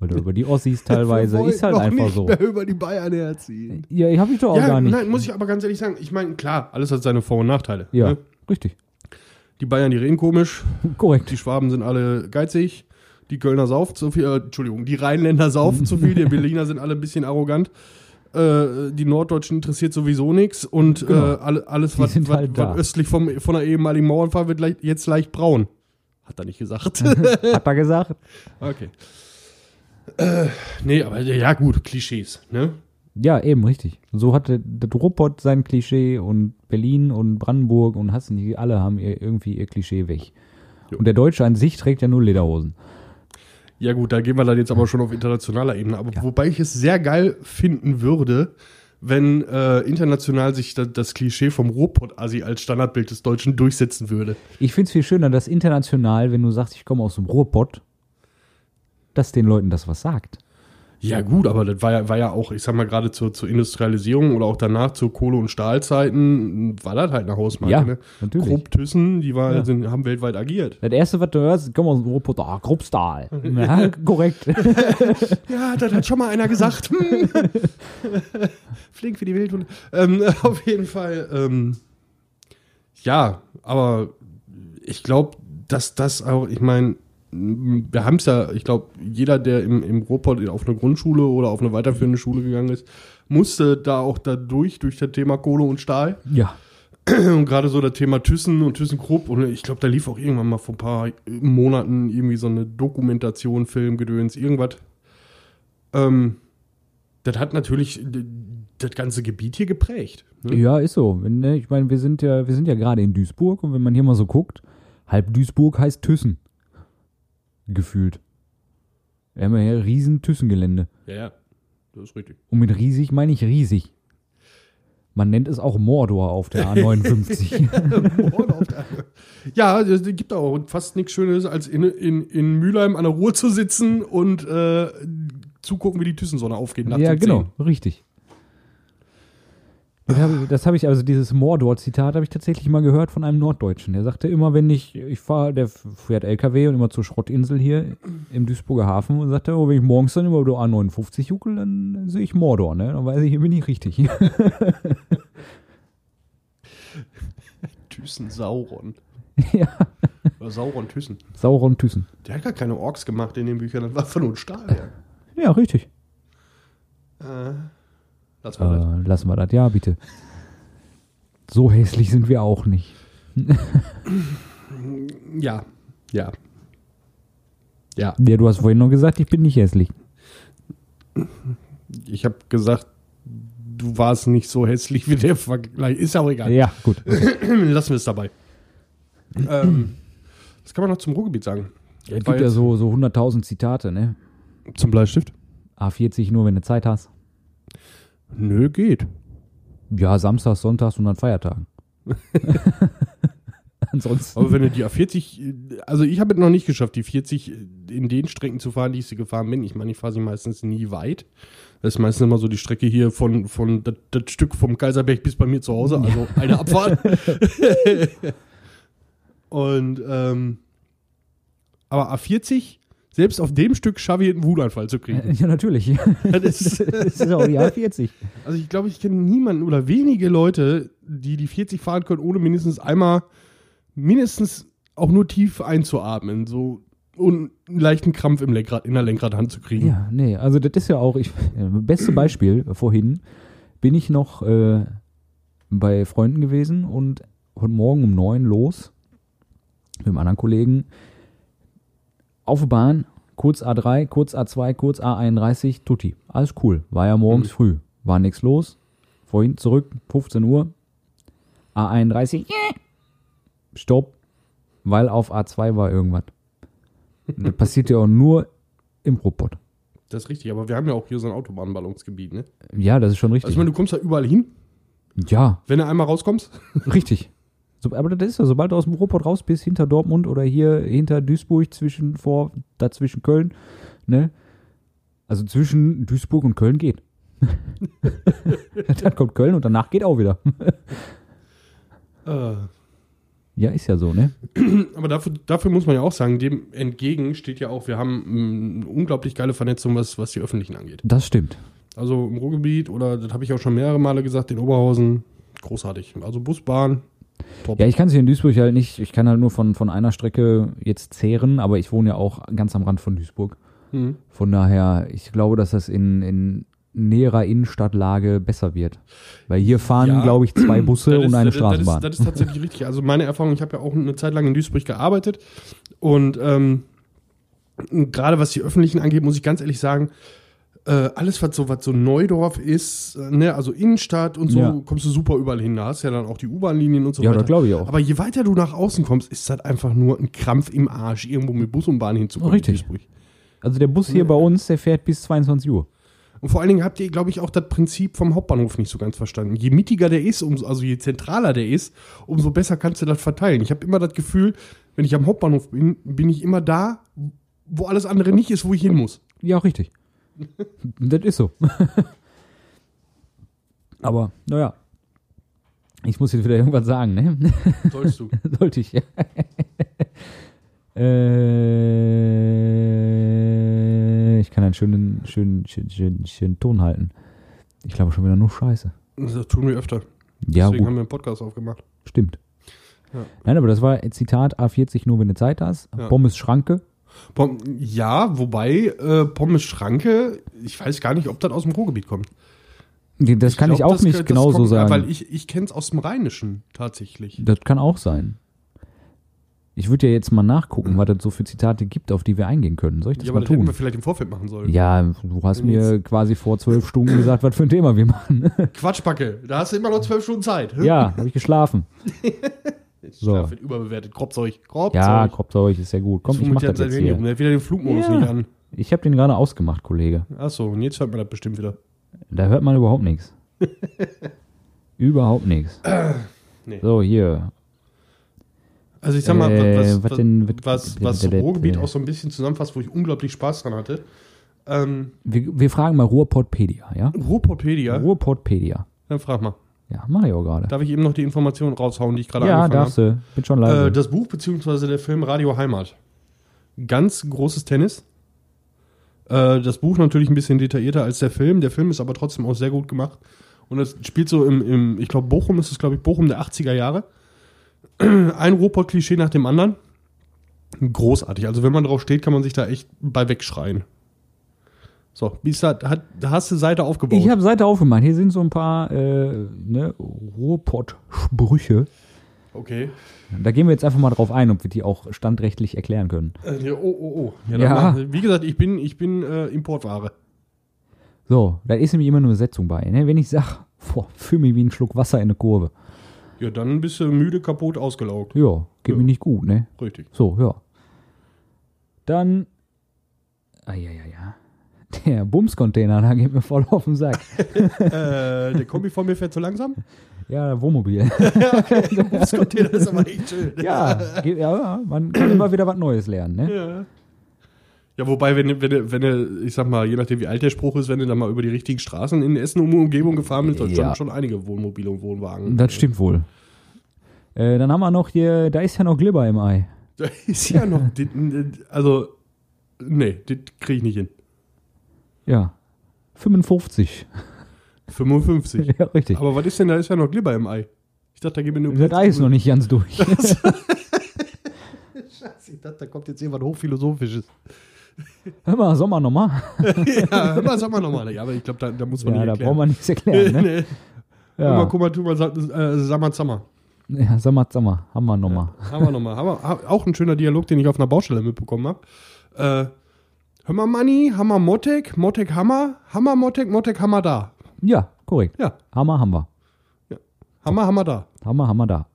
Speaker 2: oder über
Speaker 1: *laughs*
Speaker 2: die Ossis teilweise.
Speaker 1: Wir wollen
Speaker 2: Ist halt
Speaker 1: noch
Speaker 2: einfach
Speaker 1: nicht
Speaker 2: so.
Speaker 1: Mehr über die Bayern herziehen.
Speaker 2: Ja, ich habe ich doch auch
Speaker 1: Ja,
Speaker 2: gar nicht.
Speaker 1: nein, muss ich aber ganz ehrlich sagen, ich meine, klar, alles hat seine Vor- und Nachteile.
Speaker 2: ja,
Speaker 1: ne?
Speaker 2: richtig. *laughs*
Speaker 1: Die Bayern, die reden komisch,
Speaker 2: Korrekt.
Speaker 1: die Schwaben sind alle geizig, die Kölner saufen zu viel, äh, Entschuldigung, die Rheinländer saufen zu viel, die Berliner sind alle ein bisschen arrogant. Äh, die Norddeutschen interessiert sowieso nichts und
Speaker 2: Genau.
Speaker 1: äh, alle, alles,
Speaker 2: Die
Speaker 1: was,
Speaker 2: sind
Speaker 1: was,
Speaker 2: halt da.
Speaker 1: was östlich vom, von der ehemaligen Mauern war, wird leicht, jetzt leicht braun. Hat er nicht
Speaker 2: *laughs*
Speaker 1: gesagt.
Speaker 2: Hat er gesagt.
Speaker 1: okay. Äh, nee, aber ja, gut, Klischees, ne?
Speaker 2: Ja, eben, richtig. So hatte der Ruhrpott sein Klischee und Berlin und Brandenburg und Hassen, die alle haben ihr, irgendwie ihr Klischee weg.
Speaker 1: Jo.
Speaker 2: Und der Deutsche an sich trägt ja nur Lederhosen.
Speaker 1: Ja gut, da gehen wir dann jetzt aber schon auf internationaler Ebene. Aber wobei ich es sehr geil finden würde, wenn äh, international sich da, das Klischee vom Ruhrpott-Asi als Standardbild des Deutschen durchsetzen würde.
Speaker 2: Ich finde es viel schöner, dass international, wenn du sagst, ich komme aus dem Ruhrpott, dass den Leuten das was sagt.
Speaker 1: Ja gut, aber das war ja, war ja auch, ich sag mal gerade zur, zur Industrialisierung oder auch danach zur Kohle- und Stahlzeiten, war das halt eine Hausmarke.
Speaker 2: Ja,
Speaker 1: ne?
Speaker 2: natürlich.
Speaker 1: Krupp Thyssen, die war,
Speaker 2: Ja.
Speaker 1: sind, haben weltweit agiert.
Speaker 2: Das erste, was du hörst, komm aus dem Ruhrpott, ah, Grubstahl. Ja, *laughs* korrekt.
Speaker 1: Ja, das hat schon mal einer gesagt. *laughs* Hm. Flink wie die Wildhunde. Ähm, *laughs* auf jeden Fall. Ähm, ja, aber ich glaube, dass das auch, ich meine, wir haben es ja, ich glaube, jeder, der im, im Ruhrpott auf eine Grundschule oder auf eine weiterführende Schule gegangen ist, musste da auch dadurch, durch das Thema Kohle und Stahl.
Speaker 2: Ja.
Speaker 1: Und gerade so das Thema Thyssen und ThyssenKrupp. Und ich glaube, da lief auch irgendwann mal vor ein paar Monaten irgendwie so eine Dokumentation, Film, Gedöns, irgendwas. Ähm, das hat natürlich d- das ganze Gebiet hier geprägt. Ne?
Speaker 2: Ja, ist so. Wenn, ne, Ich meine, wir sind ja, wir sind ja gerade in Duisburg und wenn man hier mal so guckt, halb Duisburg heißt Thyssen. Gefühlt. Wir haben ja hier riesen Thyssen-Gelände.
Speaker 1: Ja, ja. Das ist *laughs* richtig.
Speaker 2: Und mit riesig meine ich riesig. Man nennt es auch Mordor auf der A59.
Speaker 1: Moin auf der- ja, es gibt auch fast nichts Schöneres, als in, in, in Mülheim an der Ruhr zu sitzen und äh, zugucken, wie die Thyssensonne aufgeht. nachts
Speaker 2: ja,
Speaker 1: um
Speaker 2: genau, richtig. Das habe ich, das habe ich also dieses Mordor-Zitat habe ich tatsächlich mal gehört von einem Norddeutschen. Der sagte immer, wenn ich, ich fahre, der fährt LKW und immer zur Schrottinsel hier im Duisburger Hafen und sagte, oh, wenn ich morgens dann immer über A59 juckel, dann sehe ich Mordor, ne? Dann weiß ich, hier bin ich richtig. *laughs*
Speaker 1: zehn. Thyssen Sauron.
Speaker 2: *laughs* ja,
Speaker 1: Oder Sauron Thyssen.
Speaker 2: Sauron Thyssen.
Speaker 1: Der hat gar keine Orks gemacht in den Büchern, das war von uns Stahl. Ja.
Speaker 2: Ja, richtig.
Speaker 1: *laughs* Äh, lass
Speaker 2: Äh,
Speaker 1: mal das.
Speaker 2: lassen wir das, ja, bitte. So hässlich sind wir auch nicht.
Speaker 1: Ja, ja. Ja,
Speaker 2: Ja, du hast vorhin noch gesagt, ich bin nicht hässlich.
Speaker 1: ich habe gesagt, du warst nicht so hässlich wie der Vergleich. Ist ja auch egal.
Speaker 2: Ja, gut.
Speaker 1: *clears throat* Lassen wir Äh, es dabei. ähm, was kann man noch zum Ruhrgebiet sagen?
Speaker 2: Es
Speaker 1: War
Speaker 2: gibt ja
Speaker 1: jetzt-
Speaker 2: so, so 100.000 Zitate, ne?
Speaker 1: Zum Bleistift?
Speaker 2: A40 nur, wenn du Zeit hast.
Speaker 1: Nö, geht.
Speaker 2: Ja, samstags, sonntags und an Feiertagen. ansonsten.
Speaker 1: Aber wenn du die A40, äh, also ich habe es noch nicht geschafft, die 40 in den Strecken zu fahren, die ich sie gefahren bin. Ich meine, ich fahre sie meistens nie weit. Das ist meistens immer so die Strecke hier von, von das, das Stück vom Kaiserberg bis bei mir zu Hause, also eine Abfahrt. Und, ähm, aber A40, selbst auf dem Stück schaffe ich einen Wutanfall zu
Speaker 2: *laughs*
Speaker 1: kriegen.
Speaker 2: ja, natürlich.
Speaker 1: Das ist,
Speaker 2: Das ist auch die A40.
Speaker 1: also ich glaube, ich kenne niemanden oder wenige Leute, die die 40 fahren können, ohne mindestens einmal, mindestens auch nur tief einzuatmen, so und einen leichten Krampf im Lenkrad, in der Lenkradhand zu kriegen.
Speaker 2: Ja, nee, also das ist ja auch, ich, äh, beste Beispiel vorhin, bin ich noch äh, bei Freunden gewesen und heute Morgen um neun los mit einem anderen Kollegen auf der Bahn, kurz A3, kurz A2, kurz A31, Tutti. Alles cool, war ja morgens früh, war nichts los. Vorhin zurück, 15 Uhr, A31, stopp, weil auf A2 war irgendwas. Das passiert ja auch nur im Robot.
Speaker 1: Das ist richtig, aber wir haben ja auch hier so ein Autobahnballungsgebiet, ne?
Speaker 2: Ja, das ist schon
Speaker 1: Also ich
Speaker 2: richtig.
Speaker 1: meine, du kommst da überall hin,
Speaker 2: ja,
Speaker 1: wenn du einmal rauskommst.
Speaker 2: richtig. So, aber das ist ja, sobald du aus dem Ruhrpott raus bist, hinter Dortmund oder hier hinter Duisburg, zwischen vor, dazwischen Köln, ne? Also zwischen Duisburg und Köln geht. *laughs* Dann kommt Köln und danach geht auch wieder.
Speaker 1: Äh,
Speaker 2: Ja, ist ja so, ne?
Speaker 1: aber dafür, dafür muss man ja auch sagen, dem entgegen steht ja auch, wir haben mh, eine unglaublich geile Vernetzung, was, was die Öffentlichen angeht.
Speaker 2: Das stimmt.
Speaker 1: Also im Ruhrgebiet oder, das habe ich auch schon mehrere Male gesagt, in Oberhausen, großartig. Also Bus, Bahn, top.
Speaker 2: Ja, ich kann es hier in Duisburg halt nicht, ich kann halt nur von, von einer Strecke jetzt zehren, aber ich wohne ja auch ganz am Rand von Duisburg.
Speaker 1: Mhm.
Speaker 2: Von daher, ich glaube, dass das in, in näherer Innenstadtlage besser wird. Weil hier fahren,
Speaker 1: Ja.
Speaker 2: glaube ich, zwei Busse
Speaker 1: Das ist-
Speaker 2: und eine
Speaker 1: das-
Speaker 2: Straßenbahn.
Speaker 1: Das ist, das ist tatsächlich richtig. Also meine Erfahrung, ich habe ja auch eine Zeit lang in Duisburg gearbeitet und ähm, gerade was die Öffentlichen angeht, muss ich ganz ehrlich sagen, äh, alles, was so, was so Neudorf ist, äh, ne, also Innenstadt und so,
Speaker 2: Ja.
Speaker 1: kommst du super überall hin. Da hast du ja dann auch die U-Bahn-Linien und so
Speaker 2: ja,
Speaker 1: weiter.
Speaker 2: das glaube ich auch.
Speaker 1: Aber je weiter du nach außen kommst, ist das einfach nur ein Krampf im Arsch, irgendwo mit Bus und Bahn hinzukommen. in
Speaker 2: Richtig.
Speaker 1: Duisburg.
Speaker 2: Also der Bus hier bei uns, der fährt bis 22 Uhr.
Speaker 1: Und vor allen Dingen habt ihr, glaube ich, auch das Prinzip vom Hauptbahnhof nicht so ganz verstanden. Je mittiger der ist, umso, also je zentraler der ist, umso besser kannst du das verteilen. Ich habe immer das Gefühl, wenn ich am Hauptbahnhof bin, bin ich immer da, wo alles andere nicht ist, wo ich hin muss. *laughs*
Speaker 2: Ja, richtig. das ist so. *laughs* Aber, naja. Ich muss jetzt wieder irgendwas sagen, ne?
Speaker 1: Sollst
Speaker 2: *laughs*
Speaker 1: du.
Speaker 2: Sollte ich. äh, ich kann einen schönen, schönen, schönen, schönen, schönen Ton halten. Ich glaube schon wieder nur Scheiße.
Speaker 1: Das tun wir öfter.
Speaker 2: Ja,
Speaker 1: Deswegen
Speaker 2: gut.
Speaker 1: haben wir einen Podcast aufgemacht.
Speaker 2: Stimmt.
Speaker 1: Ja.
Speaker 2: Nein, aber das war äh, Zitat A40 nur, wenn du Zeit hast.
Speaker 1: Ja.
Speaker 2: Pommes Schranke.
Speaker 1: Pom ja, wobei äh, Pommes Schranke, ich weiß gar nicht, ob das aus dem Ruhrgebiet kommt.
Speaker 2: Das kann ich
Speaker 1: glaub,
Speaker 2: auch
Speaker 1: das-
Speaker 2: nicht
Speaker 1: das
Speaker 2: genau so
Speaker 1: kommt-
Speaker 2: sagen.
Speaker 1: Weil ich, ich kenne es aus dem Rheinischen tatsächlich.
Speaker 2: das kann auch sein. Ich würde ja jetzt mal nachgucken, was es so für Zitate gibt, auf die wir eingehen können. Soll ich das
Speaker 1: Ja, aber
Speaker 2: mal
Speaker 1: das hätten wir
Speaker 2: tun?
Speaker 1: vielleicht im Vorfeld machen sollen.
Speaker 2: Ja, du hast
Speaker 1: Wenn jetzt-
Speaker 2: mir quasi vor zwölf Stunden gesagt, was für ein Thema wir machen.
Speaker 1: Quatschbacke, da hast du immer noch zwölf Stunden Zeit. *laughs*
Speaker 2: ja, habe ich geschlafen.
Speaker 1: So.
Speaker 2: So.
Speaker 1: Schlaf wird überbewertet. Kropfzeug. Kropfzeug.
Speaker 2: Ja, kommt euch, ist ja gut. Komm, ich mach
Speaker 1: hat
Speaker 2: das
Speaker 1: sein
Speaker 2: jetzt
Speaker 1: Handy um.
Speaker 2: hier.
Speaker 1: Der hat wieder den Flugmodus
Speaker 2: Ja.
Speaker 1: nicht an.
Speaker 2: Ich habe den gerade ausgemacht, Kollege.
Speaker 1: Achso, und jetzt hört man das bestimmt wieder.
Speaker 2: Da hört man
Speaker 1: *laughs*
Speaker 2: überhaupt nichts. überhaupt nichts.
Speaker 1: *clears throat* nee.
Speaker 2: So, hier.
Speaker 1: Also ich sag mal,
Speaker 2: Äh,
Speaker 1: was,
Speaker 2: was
Speaker 1: was,
Speaker 2: denn-
Speaker 1: was,
Speaker 2: was-
Speaker 1: was das
Speaker 2: äh,
Speaker 1: Ruhrgebiet auch so ein bisschen zusammenfasst, wo ich unglaublich Spaß dran hatte. Ähm,
Speaker 2: Wir, wir fragen mal Ruhrpottpedia, ja?
Speaker 1: Ruhrportpedia,
Speaker 2: Ruhrpottpedia.
Speaker 1: dann frag mal.
Speaker 2: Ja, mach ich auch gerade.
Speaker 1: Darf ich eben noch die Informationen raushauen, die ich gerade
Speaker 2: Ja,
Speaker 1: angefangen
Speaker 2: darfst du. Bin schon
Speaker 1: habe?
Speaker 2: leise.
Speaker 1: Äh, das Buch bzw. der Film Radio Heimat. Ganz großes Tennis. Äh, das Buch natürlich ein bisschen detaillierter als der Film. Der Film ist aber trotzdem auch sehr gut gemacht. Und das spielt so im, im ich glaube, Bochum ist es, glaube ich, Bochum der 80er Jahre. *clears throat* Ein Ruhrpott-Klischee nach dem anderen. Großartig. Also, wenn man drauf steht, kann man sich da echt bei wegschreien. So, wie ist das? Hat, hast du Seite aufgebaut?
Speaker 2: ich habe Seite aufgemacht. Hier sind so ein paar äh, ne, Ruhrpott-Sprüche.
Speaker 1: okay.
Speaker 2: Da gehen wir jetzt einfach mal drauf ein, ob wir die auch standrechtlich erklären können.
Speaker 1: Äh, ja, oh, oh, oh. Ja,
Speaker 2: Ja.
Speaker 1: dann mach- Wie gesagt, ich bin, ich bin äh, Importware.
Speaker 2: So, da ist nämlich immer eine Übersetzung bei. Ne? Wenn ich sage, fühle mich wie ein Schluck Wasser in eine Kurve.
Speaker 1: Ja, dann bist du müde, kaputt, ausgelaugt.
Speaker 2: Ja, geht
Speaker 1: Ja.
Speaker 2: mir nicht gut, ne?
Speaker 1: Richtig.
Speaker 2: So, ja. Dann. Ah, ja, ja, ja. Der Bums-Container, da geht mir voll auf den Sack.
Speaker 1: Äh, der Kombi von mir fährt zu *laughs* langsam.
Speaker 2: *laughs* Ja, Wohnmobil.
Speaker 1: Der Bumscontainer ist aber echt schön.
Speaker 2: ja, ge- ja, man kann immer wieder was Neues lernen, ne?
Speaker 1: Ja. Ja, wobei, wenn, wenn, wenn er, ich sag mal, je nachdem wie alt der Spruch ist, wenn du dann mal über die richtigen Straßen in Essen und Umgebung gefahren bist, dann
Speaker 2: Ja.
Speaker 1: standen schon einige Wohnmobile und Wohnwagen.
Speaker 2: Das stimmt wohl. Äh, dann haben wir noch hier, da ist ja noch Glibber im Ei.
Speaker 1: *laughs* Da ist ja noch, dit- dit- also, nee, das kriege ich nicht hin.
Speaker 2: Ja. 55.
Speaker 1: 55.
Speaker 2: *laughs* ja, richtig.
Speaker 1: Aber was ist denn, da ist ja noch Glibber im Ei. Ich dachte, da gehen wir nur...
Speaker 2: Das Ei ist noch nicht ganz *laughs* durch.
Speaker 1: Scheiße, ich dachte, da kommt jetzt irgendwas Hochphilosophisches.
Speaker 2: Hör mal, Sommer nochmal.
Speaker 1: ja, *laughs* hör mal, sag mal nochmal. Ja, aber ich glaube, da, da muss man
Speaker 2: Ja, da
Speaker 1: nicht
Speaker 2: brauchen
Speaker 1: erklären.
Speaker 2: wir nichts
Speaker 1: *laughs*
Speaker 2: erklären, ne?
Speaker 1: nee. Hör mal,
Speaker 2: Ja,
Speaker 1: guck mal, tu mal, sag, äh, sag mal, sag mal.
Speaker 2: ja Sommer, Sommer, haben wir nochmal.
Speaker 1: Haben wir nochmal. Haben wir, ha- auch ein schöner Dialog, den ich auf einer Baustelle mitbekommen habe. Äh, hör mal, Manni, Hammer Motek, Motek Hammer, Hammer Motek, Motek Hammer da.
Speaker 2: Ja, korrekt.
Speaker 1: Ja,
Speaker 2: Hammer haben wir.
Speaker 1: Hammer Hammer da.
Speaker 2: Hammer, Hammer da.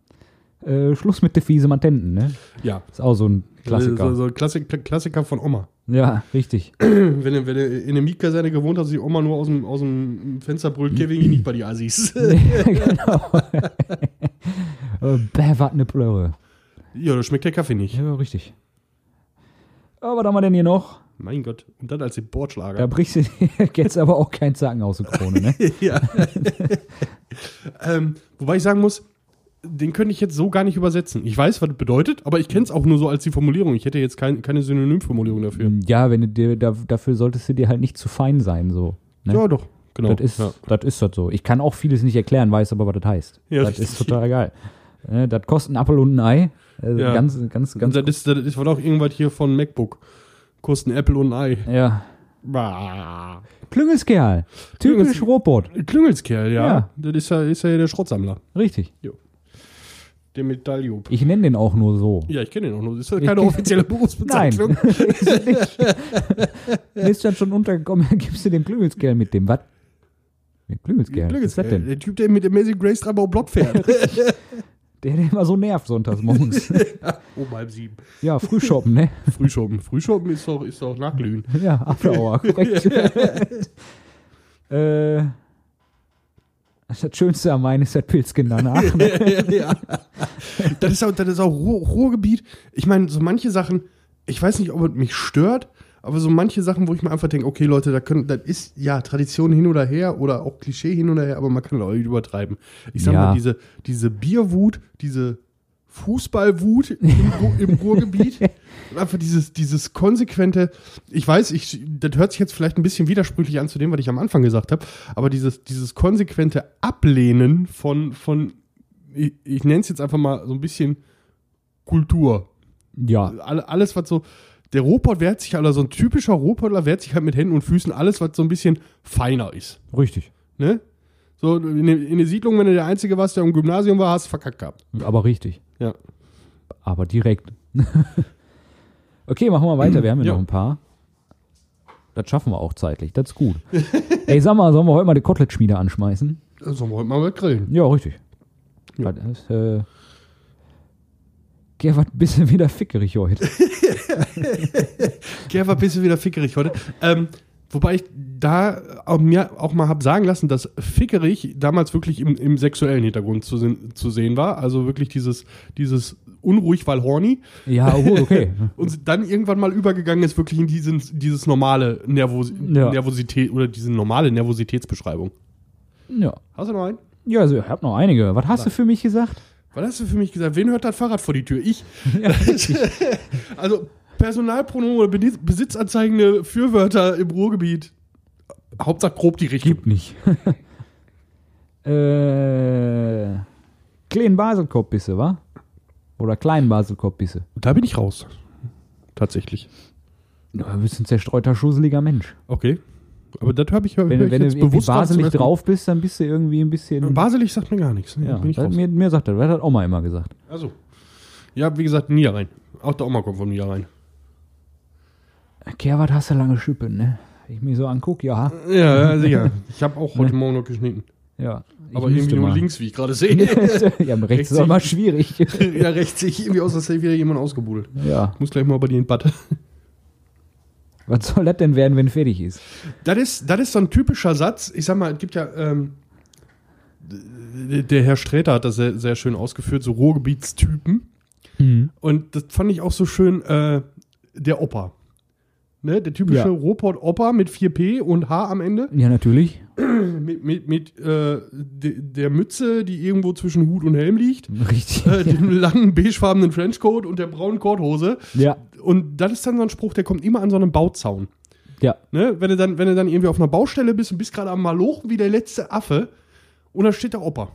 Speaker 2: Äh, Schluss mit der fiese Mantenten, ne?
Speaker 1: Ja,
Speaker 2: Ist auch so ein Klassiker.
Speaker 1: So, so ein Klassik, Klassiker von Oma.
Speaker 2: Ja,
Speaker 1: *laughs*
Speaker 2: richtig.
Speaker 1: Wenn, du- wenn du in der Mietkaserne gewohnt hast, die Oma nur aus dem, aus dem Fenster brüllt,
Speaker 2: Hm.
Speaker 1: Kevin, geh nicht bei die Assis.
Speaker 2: genau. *laughs* Äh, Bäh, wat ne Plöre.
Speaker 1: *laughs* ja, da schmeckt der Kaffee nicht.
Speaker 2: Ja, richtig. Aber was haben wir denn hier noch?
Speaker 1: Mein Gott. Und dann als den
Speaker 2: Da
Speaker 1: Bordschlager.
Speaker 2: brichst du *laughs* dir jetzt aber auch keinen Zacken aus der Krone, ne?
Speaker 1: *laughs* ja. ähm, wobei ich sagen muss, den könnte ich jetzt so gar nicht übersetzen. Ich weiß, was das bedeutet, aber ich kenne es auch nur so als die Formulierung. Ich hätte jetzt kein, keine Synonymformulierung dafür.
Speaker 2: Ja, wenn du dir, da, dafür solltest du dir halt nicht zu fein sein, so. Ne?
Speaker 1: Ja, doch. Genau.
Speaker 2: Das ist,
Speaker 1: ja.
Speaker 2: das ist das so. Ich kann auch vieles nicht erklären, weiß aber, was das heißt.
Speaker 1: Ja,
Speaker 2: das
Speaker 1: richtig.
Speaker 2: ist total geil. Ne, Das kostet ein Apfel und ein Ei. Also
Speaker 1: Ja.
Speaker 2: Ganz, ganz,
Speaker 1: Und
Speaker 2: ganz.
Speaker 1: das ist, das ist war doch irgendwas hier von MacBook. Kosten Apple und ein
Speaker 2: Ja.
Speaker 1: Ei.
Speaker 2: Klüngelskerl. Typisch
Speaker 1: Klüngels-
Speaker 2: Robot.
Speaker 1: Klüngelskerl, ja.
Speaker 2: Ja.
Speaker 1: Das ist ja, ist ja der Schrottsammler.
Speaker 2: Richtig.
Speaker 1: Der Medaillop.
Speaker 2: Ich nenne den auch nur so.
Speaker 1: Ja, ich kenne ihn auch nur. Das ist ja keine
Speaker 2: *laughs*
Speaker 1: offizielle Berufsbezeichnung.
Speaker 2: Nein. ist es nicht. Mir ist dann schon untergekommen, *laughs* ja, gibst du dem Klüngelskerl mit dem. Was? Mit Klüngelskerl? Was ist das
Speaker 1: Klüngelskerl.
Speaker 2: denn?
Speaker 1: Der Typ, der mit Amazing Grace dreimal um Block fährt.
Speaker 2: Der, der immer so nervt sonntags morgens.
Speaker 1: *laughs* um halb sieben.
Speaker 2: ja, Frühschoppen, ne?
Speaker 1: Frühschoppen. Frühschoppen ist doch, ist doch nachglühen.
Speaker 2: Ja, After
Speaker 1: *laughs*
Speaker 2: Hour, korrekt. *laughs* äh, das Schönste an meinen ist das Pilzchen danach. Ne?
Speaker 1: *laughs* ja. Das ist auch, das ist auch Ruhr, Ruhrgebiet. Ich meine, so manche Sachen, ich weiß nicht, ob es mich stört, aber so manche Sachen, wo ich mir einfach denke, okay, Leute, da können, das ist ja Tradition hin oder her oder auch Klischee hin oder her, aber man kann auch nicht übertreiben. Ich sag
Speaker 2: Ja.
Speaker 1: mal, diese, diese Bierwut, diese Fußballwut im, Ru- im Ruhrgebiet. Und einfach dieses, dieses konsequente, ich weiß, ich, das hört sich jetzt vielleicht ein bisschen widersprüchlich an zu dem, was ich am Anfang gesagt habe, aber dieses, dieses konsequente Ablehnen von, von ich, ich nenne es jetzt einfach mal so ein bisschen Kultur.
Speaker 2: Ja,
Speaker 1: Alle, alles, was so, der Robot wehrt sich, oder so ein typischer Robotler wehrt sich halt mit Händen und Füßen, alles, was so ein bisschen feiner ist.
Speaker 2: richtig.
Speaker 1: Ne? So, in, der- in der Siedlung, wenn du der Einzige warst, der im Gymnasium war, hast du verkackt gehabt.
Speaker 2: Aber richtig.
Speaker 1: Ja.
Speaker 2: Aber direkt. *laughs* okay, machen wir weiter. Wir haben ja
Speaker 1: Ja.
Speaker 2: noch ein paar. Das schaffen wir auch zeitlich. Das ist gut. *laughs* Ey, sag mal, sollen wir heute mal die Kotelettschmiede anschmeißen?
Speaker 1: Das sollen wir heute mal grillen.
Speaker 2: Ja, richtig.
Speaker 1: Ja.
Speaker 2: Das ist, äh, Gerwart, bist du wieder fickerig heute?
Speaker 1: Der war ein bisschen wieder fickerig heute. Ähm, wobei ich da auch mir auch mal hab sagen lassen, dass fickerig damals wirklich im, im sexuellen Hintergrund zu, sehen- zu sehen war. Also wirklich dieses, dieses unruhig, weil horny.
Speaker 2: *laughs* Ja, oh, okay.
Speaker 1: *laughs* Und dann irgendwann mal übergegangen ist wirklich in diesen, dieses normale Nervos
Speaker 2: Ja.
Speaker 1: Nervosität oder diese normale Nervositätsbeschreibung.
Speaker 2: *laughs* Ja.
Speaker 1: Hast du noch einen?
Speaker 2: Ja, also ich habe noch einige. Was hast du für mich gesagt?
Speaker 1: Was hast du für mich gesagt? Wen hört das Fahrrad vor die Tür? Ich. *laughs* also Personalpronomen oder Beni- besitzanzeigende Fürwörter im Ruhrgebiet. Hauptsache grob die Richtung.
Speaker 2: Gibt nicht. *laughs* äh, kleinen Baselkopf bisse, wa? Oder kleinen Baselkopf bisse.
Speaker 1: Da bin ich raus. Tatsächlich.
Speaker 2: Du bist ein zerstreuter, schusseliger Mensch.
Speaker 1: Okay. Aber das habe ich, hör
Speaker 2: Wenn,
Speaker 1: ich
Speaker 2: du- wenn du
Speaker 1: jetzt
Speaker 2: irgendwie
Speaker 1: bewusst gerade zum
Speaker 2: baselig
Speaker 1: ersten-
Speaker 2: drauf bist, dann bist du irgendwie ein bisschen...
Speaker 1: Baselig sagt mir gar nichts. Nee,
Speaker 2: ja,
Speaker 1: bin ich
Speaker 2: das,
Speaker 1: raus.
Speaker 2: mir, mir sagt das, das hat Oma immer gesagt.
Speaker 1: Also. Ja, wie gesagt, Niederrhein. Auch der Oma kommt von Niederrhein.
Speaker 2: Gerwart, hast du lange Schippen, ne? Wenn Ich mich so anguck, ja.
Speaker 1: Ja, sicher. ich habe auch heute Morgen noch geschnitten.
Speaker 2: ja ich
Speaker 1: Aber
Speaker 2: müsste
Speaker 1: irgendwie nur
Speaker 2: mal.
Speaker 1: links, wie ich gerade sehe.
Speaker 2: *laughs* ja, aber rechts ist auch mal schwierig.
Speaker 1: ja, rechts sehe ich irgendwie aus, als hätte wieder jemand ausgebudelt.
Speaker 2: ja.
Speaker 1: Muss gleich mal bei dir in den Bad.
Speaker 2: Was soll das denn werden, wenn fertig ist?
Speaker 1: Das ist, das ist so ein typischer Satz. Ich sag mal, es gibt ja, ähm, d- der Herr Sträter hat das sehr, sehr schön ausgeführt, so Ruhrgebietstypen. Und das fand ich auch so schön, äh, der Opa. Ne, der typische
Speaker 2: Ja.
Speaker 1: Ruhrpott-Opa mit 4P und H am Ende.
Speaker 2: Ja, natürlich.
Speaker 1: Mit, mit, mit äh, de, der Mütze, die irgendwo zwischen Hut und Helm liegt. *laughs*
Speaker 2: Richtig.
Speaker 1: Äh, dem langen beigefarbenen Trenchcoat und der braunen Korthose.
Speaker 2: ja,
Speaker 1: Und das ist dann so ein Spruch, der kommt immer an so einem Bauzaun.
Speaker 2: ja.
Speaker 1: Ne? Wenn, du dann, wenn du dann irgendwie auf einer Baustelle bist und bist gerade am Malochen wie der letzte Affe und da steht der Opa.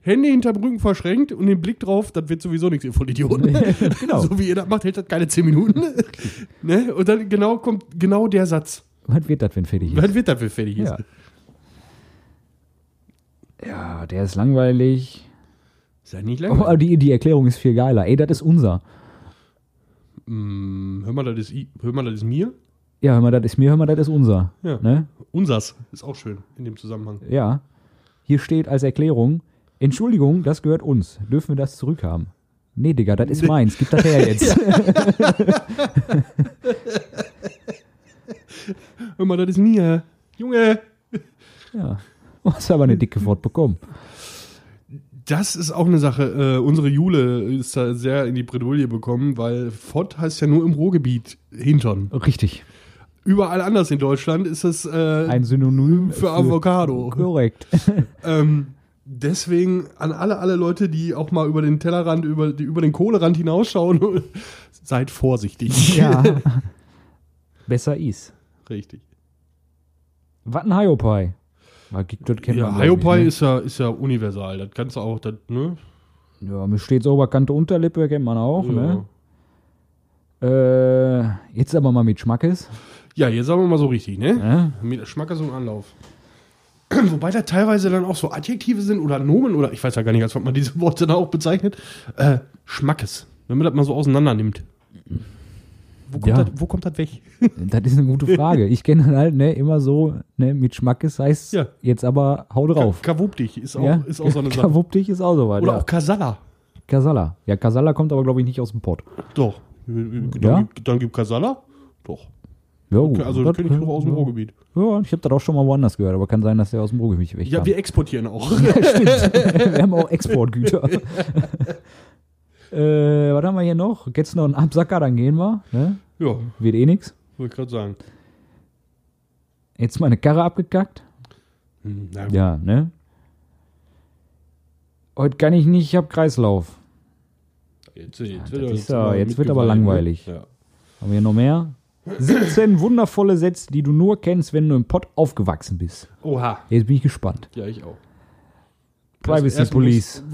Speaker 1: Hände hinter dem Rücken verschränkt und den Blick drauf, das wird sowieso nichts, ihr Vollidioten.
Speaker 2: *laughs* genau.
Speaker 1: So wie ihr das macht, hält das keine 10 Minuten.
Speaker 2: *laughs*
Speaker 1: ne? Und dann genau kommt genau der Satz.
Speaker 2: Was wird das, wenn fertig ist?
Speaker 1: Wann wird das für fertig ist?
Speaker 2: Ja. Ja, der ist langweilig.
Speaker 1: Ist ja nicht
Speaker 2: Oh,
Speaker 1: lang.
Speaker 2: aber die, die Erklärung ist viel geiler. Ey, das ist unser. Oh.
Speaker 1: Hm, hör, mal, das ist, i- hör mal, das ist mir.
Speaker 2: Ja, hör mal, das ist mir, hör mal, das ist unser.
Speaker 1: Ja.
Speaker 2: Ne?
Speaker 1: Unsers ist auch schön in dem Zusammenhang.
Speaker 2: ja. Hier steht als Erklärung, Entschuldigung, das gehört uns. Dürfen wir das zurückhaben? Nee, Digga, das ist meins. Gib das her jetzt.
Speaker 1: Hör mal, das ist mir. Junge,
Speaker 2: ja. Du hast aber eine dicke Wort bekommen.
Speaker 1: Das ist auch eine Sache. Äh, unsere Jule ist da sehr in die Bredouille bekommen, weil Fott heißt ja nur im Ruhrgebiet Hintern.
Speaker 2: Richtig.
Speaker 1: Überall anders in Deutschland ist es äh,
Speaker 2: Ein Synonym
Speaker 1: für Avocado.
Speaker 2: Korrekt.
Speaker 1: Ähm, deswegen an alle, alle Leute, die auch mal über den Tellerrand, über, die, über den Kohlerand hinausschauen, *laughs* seid vorsichtig.
Speaker 2: Ja. Besser ist.
Speaker 1: *laughs* Richtig.
Speaker 2: Was ein Hiopai? Was gibt das kennt
Speaker 1: Ja,
Speaker 2: man, glaub ich,
Speaker 1: Hiopai
Speaker 2: ne?
Speaker 1: ist ja, ist ja universal. Das kannst du auch, das, ne?
Speaker 2: Ja, mir steht so Oberkante Unterlippe, kennt man auch,
Speaker 1: ja.
Speaker 2: ne? Äh, jetzt aber mal mit Schmackes.
Speaker 1: ja, jetzt sagen wir mal so richtig, ne?
Speaker 2: Ne?
Speaker 1: Mit Schmackes und Anlauf. *clears throat* Wobei da teilweise dann auch so Adjektive sind oder Nomen oder ich weiß ja gar nicht, als ob man diese Worte da auch bezeichnet. Äh, Schmackes. Wenn man das mal so auseinander nimmt. Wo kommt,
Speaker 2: Ja.
Speaker 1: das, wo kommt das weg?
Speaker 2: Das ist eine gute Frage. Ich kenne dann halt, ne, immer so, ne, mit Schmackes heißt
Speaker 1: Ja.
Speaker 2: jetzt aber hau drauf.
Speaker 1: Kawupp dich ist auch,
Speaker 2: ja?
Speaker 1: ist auch so
Speaker 2: *laughs*
Speaker 1: eine Sache.
Speaker 2: Kawuppdich ist auch soweit.
Speaker 1: Oder
Speaker 2: ja.
Speaker 1: auch Kasala.
Speaker 2: Kasala. Ja, Kasala kommt aber, glaube ich, nicht aus dem Pott.
Speaker 1: Doch. Dann,
Speaker 2: Ja? Oh,
Speaker 1: gibt, dann gibt Kasala. Doch.
Speaker 2: Ja, gut.
Speaker 1: Also das kenne ich doch aus dem Ruhrgebiet.
Speaker 2: Ja, ich habe das auch schon mal woanders gehört, aber kann sein, dass der aus dem Ruhrgebiet weg
Speaker 1: Ja,
Speaker 2: kam.
Speaker 1: wir exportieren auch.
Speaker 2: *laughs* Wir haben
Speaker 1: *laughs*
Speaker 2: auch Exportgüter. *laughs* äh, was haben wir hier noch? Jetzt noch einen Absacker, dann gehen wir. Ne?
Speaker 1: ja,
Speaker 2: Wird eh nix.
Speaker 1: wollte ich gerade sagen.
Speaker 2: Jetzt meine Karre abgekackt.
Speaker 1: Hm, Na,
Speaker 2: Ja, ne? Heute kann ich nicht, ich hab Kreislauf.
Speaker 1: Jetzt, jetzt,
Speaker 2: das
Speaker 1: er-
Speaker 2: ist ja-
Speaker 1: mal
Speaker 2: jetzt wird aber
Speaker 1: mitgefallen, ne?
Speaker 2: langweilig.
Speaker 1: Ja.
Speaker 2: Haben wir hier
Speaker 1: *clears throat*
Speaker 2: noch mehr? 17 wundervolle Sätze, die du nur kennst, wenn du im Pott aufgewachsen bist.
Speaker 1: Oha.
Speaker 2: Jetzt bin ich gespannt.
Speaker 1: Ja, ich auch.
Speaker 2: Privacy
Speaker 1: Erst muss-
Speaker 2: Police.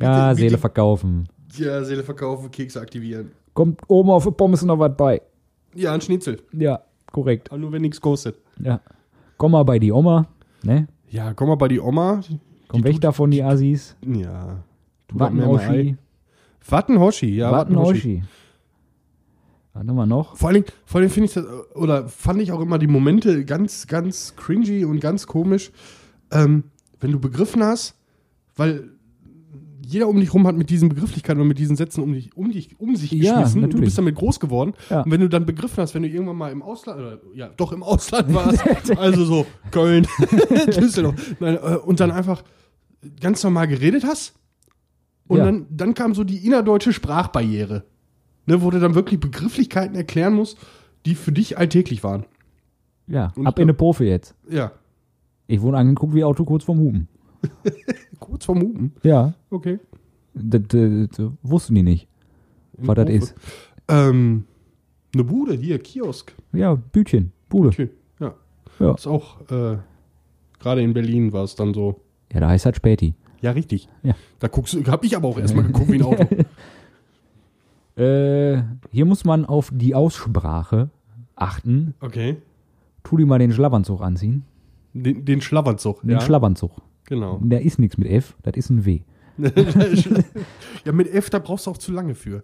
Speaker 2: Ja,
Speaker 1: bitte-
Speaker 2: Seele verkaufen.
Speaker 1: Ja, Seele verkaufen, Kekse aktivieren.
Speaker 2: Kommt oben auf die Pommes noch was bei.
Speaker 1: Ja, ein Schnitzel.
Speaker 2: Ja, korrekt.
Speaker 1: Aber nur wenn nichts kostet.
Speaker 2: Ja. Komm mal bei die Oma. Ne?
Speaker 1: Ja, komm mal bei die Oma.
Speaker 2: Komm weg davon, die Asis.
Speaker 1: Ja.
Speaker 2: Watten
Speaker 1: mir mal
Speaker 2: Oschi.
Speaker 1: ein. Wattenhoschi, ja.
Speaker 2: Watten Oschi. Was haben wir noch?
Speaker 1: Vor allem, vor allem finde ich das, oder fand ich auch immer die Momente ganz, ganz cringy und ganz komisch, ähm, wenn du begriffen hast, weil jeder um dich rum hat mit diesen Begrifflichkeiten und mit diesen Sätzen um dich, um dich, um sich
Speaker 2: Ja,
Speaker 1: geschmissen und du
Speaker 2: natürlich.
Speaker 1: bist damit groß geworden.
Speaker 2: Ja.
Speaker 1: Und wenn du dann begriffen hast, wenn du irgendwann mal im Ausland, oder, ja, doch im Ausland warst, *laughs* also so Köln, *laughs* Düsseldorf, nein, äh, und dann einfach ganz normal geredet hast, und
Speaker 2: Ja.
Speaker 1: dann, dann kam so die innerdeutsche Sprachbarriere, ne, wo du dann wirklich Begrifflichkeiten erklären musst, die für dich alltäglich waren.
Speaker 2: Ja,
Speaker 1: Und-
Speaker 2: ab in eine Profi jetzt.
Speaker 1: Ja,
Speaker 2: Ich wurde angeguckt wie Auto kurz vorm Hupen.
Speaker 1: kurz vorm Hupen.
Speaker 2: Ja.
Speaker 1: Okay.
Speaker 2: Das, das, das wussten die nicht, was das ist.
Speaker 1: Ähm, eine Bude hier, Kiosk.
Speaker 2: Ja, Bütchen, Bude.
Speaker 1: Okay. Ja.
Speaker 2: Ja.
Speaker 1: Ist auch, äh, gerade in Berlin war es dann so.
Speaker 2: Ja, da heißt das Späti.
Speaker 1: Ja, richtig.
Speaker 2: Ja.
Speaker 1: Da guckst du, hab ich aber auch erstmal geguckt wie ein Auto.
Speaker 2: Äh, hier muss man auf die Aussprache achten.
Speaker 1: *laughs* Okay.
Speaker 2: Tu dir mal den Schlabbernzug anziehen.
Speaker 1: Den, den Schlabbernzug.
Speaker 2: Den
Speaker 1: ja,
Speaker 2: Schlabbernzug.
Speaker 1: genau.
Speaker 2: Da ist nichts mit F, das ist
Speaker 1: *laughs*
Speaker 2: ein W.
Speaker 1: ja, mit F, da brauchst du auch zu lange für.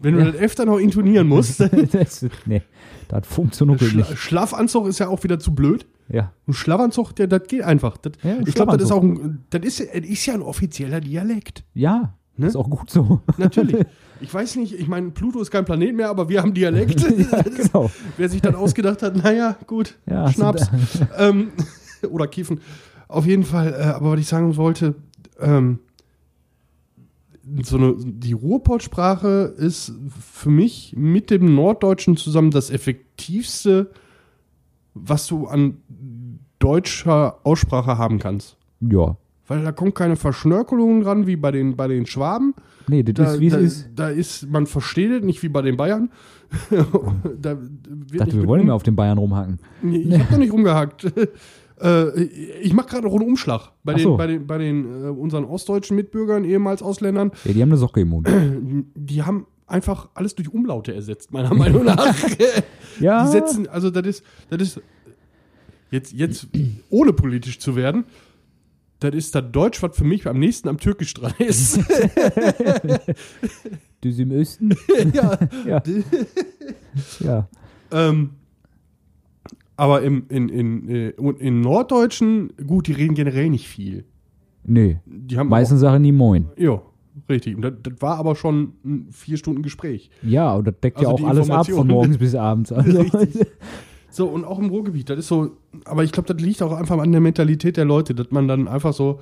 Speaker 1: Wenn du das F dann noch intonieren
Speaker 2: *laughs*
Speaker 1: musst,
Speaker 2: das, nee, das funktioniert
Speaker 1: Schla
Speaker 2: nicht.
Speaker 1: Schlafanzug ist ja auch wieder zu blöd.
Speaker 2: Ja.
Speaker 1: Ein Schlafanzug, der, das geht einfach. Das,
Speaker 2: Ja, ein
Speaker 1: ich glaube, das ist auch
Speaker 2: Schlafanzug.
Speaker 1: ein, das ist, das ist ja ein offizieller Dialekt.
Speaker 2: Ja,
Speaker 1: Ne?
Speaker 2: ist auch gut so. *laughs*
Speaker 1: Natürlich. Ich weiß nicht, ich meine, Pluto ist kein Planet mehr, aber wir haben Dialekt.
Speaker 2: *laughs*
Speaker 1: *laughs*
Speaker 2: ja, genau.
Speaker 1: Wer sich dann ausgedacht hat, naja, gut,
Speaker 2: Ja, hast du *laughs*
Speaker 1: Schnaps. Ähm, *laughs* oder Kiefen. Auf jeden Fall, äh, aber was ich sagen wollte, ähm, so eine, die Ruhrpott-Sprache ist für mich mit dem Norddeutschen zusammen das effektivste, was du an deutscher Aussprache haben kannst.
Speaker 2: Ja.
Speaker 1: Weil da kommt keine Verschnörkelung ran wie bei den, bei den Schwaben.
Speaker 2: Nee, das
Speaker 1: Da,
Speaker 2: ist, wie es
Speaker 1: da,
Speaker 2: ist.
Speaker 1: da ist, man versteht es nicht wie bei den Bayern. *laughs* da wird
Speaker 2: Ich dachte, wir
Speaker 1: nicht
Speaker 2: wollen
Speaker 1: mit-
Speaker 2: mehr auf den Bayern rumhacken.
Speaker 1: Nee, ich habe doch nicht rumgehackt. *laughs* Äh, ich mache gerade noch einen Umschlag bei
Speaker 2: Ach
Speaker 1: den,
Speaker 2: so.
Speaker 1: bei den, bei den äh, unseren ostdeutschen Mitbürgern, ehemals Ausländern.
Speaker 2: Ja, die haben eine Socke
Speaker 1: *laughs*
Speaker 2: im Mund.
Speaker 1: Die haben einfach alles durch Umlaute ersetzt, meiner Meinung
Speaker 2: *laughs*
Speaker 1: nach.
Speaker 2: Ja.
Speaker 1: Die setzen, also das ist, das ist jetzt, jetzt ohne politisch zu werden, das ist das Deutsch, was für mich am nächsten am Türkisch dran
Speaker 2: *laughs*
Speaker 1: ist.
Speaker 2: Die sind im Osten.
Speaker 1: *laughs* ja.
Speaker 2: *laughs*
Speaker 1: *laughs*
Speaker 2: Ja. ja.
Speaker 1: Ähm, aber im, in, in, äh, und in Norddeutschen, gut, die reden generell nicht viel.
Speaker 2: Nee.
Speaker 1: Die haben auch-
Speaker 2: Meistens sagen die Moin.
Speaker 1: Ja, richtig. Und das, das war aber schon ein vier Stunden Gespräch.
Speaker 2: Ja, und das deckt
Speaker 1: Also die
Speaker 2: ja auch alles ab von
Speaker 1: Informationen.
Speaker 2: morgens bis
Speaker 1: *laughs*
Speaker 2: abends. Also,
Speaker 1: Richtig. So, und auch im Ruhrgebiet, das ist so, aber ich glaube, das liegt auch einfach an der Mentalität der Leute, dass man dann einfach so,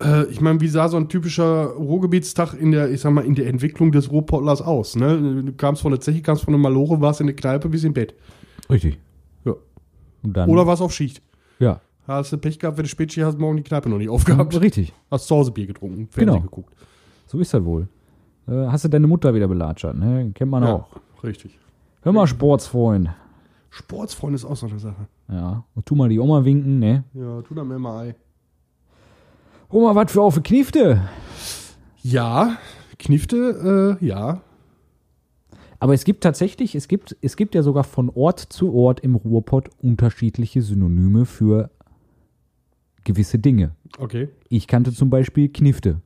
Speaker 1: äh, ich meine, wie sah so ein typischer Ruhrgebietstag in der, ich sag mal, in der Entwicklung des Ruhrpottlers aus, ne? Du kamst von der Zeche, kamst von der Malore, warst in der Kneipe, bis im Bett.
Speaker 2: *laughs* Richtig.
Speaker 1: Ja.
Speaker 2: Und dann,
Speaker 1: Oder warst auf Schicht.
Speaker 2: Ja.
Speaker 1: Hast du Pech gehabt, wenn du Spätschicht hast, morgen die Kneipe noch nicht
Speaker 2: *laughs*
Speaker 1: aufgehabt.
Speaker 2: Richtig.
Speaker 1: Hast zu Hause Bier getrunken, Fernsehen
Speaker 2: Genau.
Speaker 1: geguckt.
Speaker 2: So ist das wohl. Äh, hast du deine Mutter wieder belatschert, ne? Kennt man auch.
Speaker 1: richtig.
Speaker 2: Hör mal, Sportsfreund.
Speaker 1: Sportsfreund ist auch so eine Sache.
Speaker 2: Ja. Und tu mal die Oma winken, ne?
Speaker 1: Ja, tu da mir mal Ei.
Speaker 2: Oma, was für auf die Kniefte?
Speaker 1: Ja, Knifte, äh, ja.
Speaker 2: Aber es gibt tatsächlich, es gibt, es gibt ja sogar von Ort zu Ort im Ruhrpott unterschiedliche Synonyme für gewisse Dinge.
Speaker 1: Okay.
Speaker 2: Ich kannte zum Beispiel Knifte.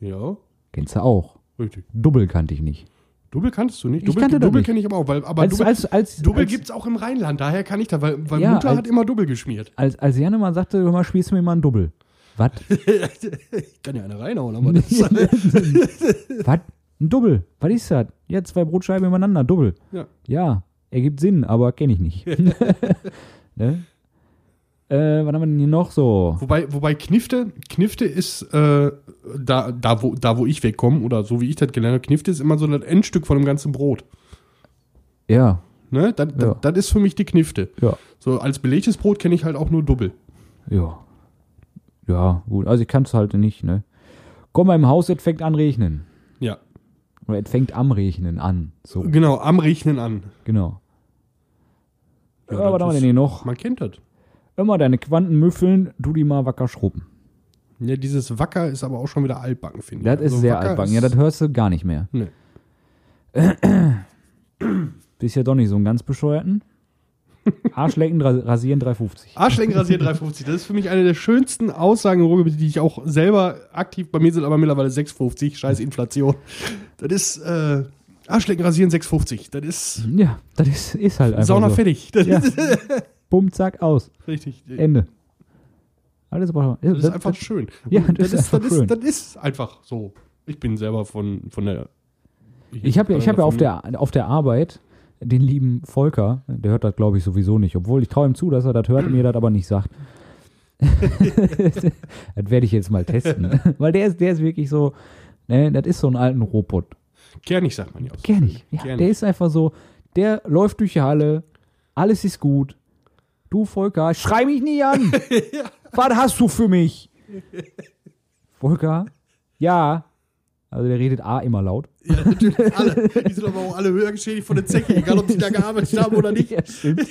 Speaker 1: Ja,
Speaker 2: Kennst du auch.
Speaker 1: richtig.
Speaker 2: Dubbel kannte ich nicht.
Speaker 1: Double kanntest du nicht?
Speaker 2: Ich kannte das
Speaker 1: Double
Speaker 2: nicht.
Speaker 1: kenne ich aber auch, weil, aber
Speaker 2: als,
Speaker 1: Double,
Speaker 2: als, als,
Speaker 1: Double
Speaker 2: als,
Speaker 1: gibt's auch im Rheinland, daher kann ich da, weil, weil
Speaker 2: Ja,
Speaker 1: Mutter
Speaker 2: als-
Speaker 1: hat immer Double geschmiert.
Speaker 2: als, als Janne mal sagte, hör mal, spielst du mir mal einen Dubbel. Was?
Speaker 1: ich kann ja eine reinhauen, aber *laughs*
Speaker 2: *laughs*
Speaker 1: das ist,
Speaker 2: Was? Ein Dubbel? Was ist das? Ja, zwei Brotscheiben übereinander, Dubbel.
Speaker 1: ja.
Speaker 2: Ja, ergibt Sinn, aber kenne
Speaker 1: *laughs*
Speaker 2: ich nicht. ne? äh, was haben wir denn hier noch so?
Speaker 1: Wobei, wobei Knifte, Knifte ist, äh, da, da, wo, da wo ich wegkomme, oder so wie ich das gelernt habe, Knifte ist immer so das Endstück von dem ganzen Brot.
Speaker 2: Ja,
Speaker 1: Ne? Das, das,
Speaker 2: Ja.
Speaker 1: das ist für mich die Knifte.
Speaker 2: ja,
Speaker 1: So als belegtes Brot kenne ich halt auch nur Double.
Speaker 2: ja. Ja, gut, also ich kann es halt nicht, ne? Komm mal im Haus, es fängt an regnen.
Speaker 1: Ja.
Speaker 2: Oder es fängt am Regnen an. So,
Speaker 1: Genau, am Rechnen an.
Speaker 2: genau.
Speaker 1: Ja,
Speaker 2: Ja,
Speaker 1: das
Speaker 2: was haben wir
Speaker 1: ist-
Speaker 2: denn hier noch?
Speaker 1: Man kennt das.
Speaker 2: Immer deine Quantenmüffeln, du die mal wacker schrubben.
Speaker 1: Ja, dieses Wacker ist aber auch schon wieder altbacken, finde ich.
Speaker 2: Das ist
Speaker 1: Also
Speaker 2: sehr
Speaker 1: Wacker
Speaker 2: altbacken. Ja,
Speaker 1: ist-
Speaker 2: das hörst du gar nicht mehr.
Speaker 1: Nee.
Speaker 2: *clears throat* Bist ja doch nicht so ein ganz bescheuerten. Arschlecken, ra- rasieren 3,50.
Speaker 1: Arschlecken rasiert 350. Das ist für mich eine der schönsten Aussagen im Ruhrgebiet, die ich auch selber aktiv bei mir sind, aber mittlerweile 650. Scheiß Inflation. Das ist äh, Arschlecken rasieren 650. Das ist
Speaker 2: Ja, das ist, ist halt einfach
Speaker 1: Sauna
Speaker 2: so.
Speaker 1: fertig. Das
Speaker 2: Ja.
Speaker 1: ist *laughs*
Speaker 2: Bumm, zack, aus.
Speaker 1: richtig.
Speaker 2: Ende. Alles aber
Speaker 1: Das ist einfach schön.
Speaker 2: Ja,
Speaker 1: Und
Speaker 2: das ist einfach
Speaker 1: das,
Speaker 2: schön.
Speaker 1: Ist, das ist einfach so. Ich bin selber von, von der.
Speaker 2: Ich habe ja, ich hab ja auf,
Speaker 1: von-
Speaker 2: der, auf der Arbeit den lieben Volker, der hört das glaube ich sowieso nicht, obwohl ich traue ihm zu, dass er das hört, mir das aber nicht *laughs* sagt. das werde ich jetzt mal *laughs* testen. Weil der ist, der ist wirklich so, ne, das ist so ein alten Robot.
Speaker 1: Kernig sagt man ja
Speaker 2: *laughs*
Speaker 1: auch. so
Speaker 2: Kenn ich.
Speaker 1: schön.
Speaker 2: Ja,
Speaker 1: Kernig.
Speaker 2: der ist einfach so, der läuft durch die Halle, alles ist gut. Du, Volker, schrei mich nie an. *laughs* Was hast du für *laughs* mich? Volker, ja. Also der redet A immer laut.
Speaker 1: Ja, natürlich alle. Die sind aber auch alle höher geschädigt von der Zecke, egal ob sie da gearbeitet haben oder nicht.
Speaker 2: *laughs* Ja, stimmt.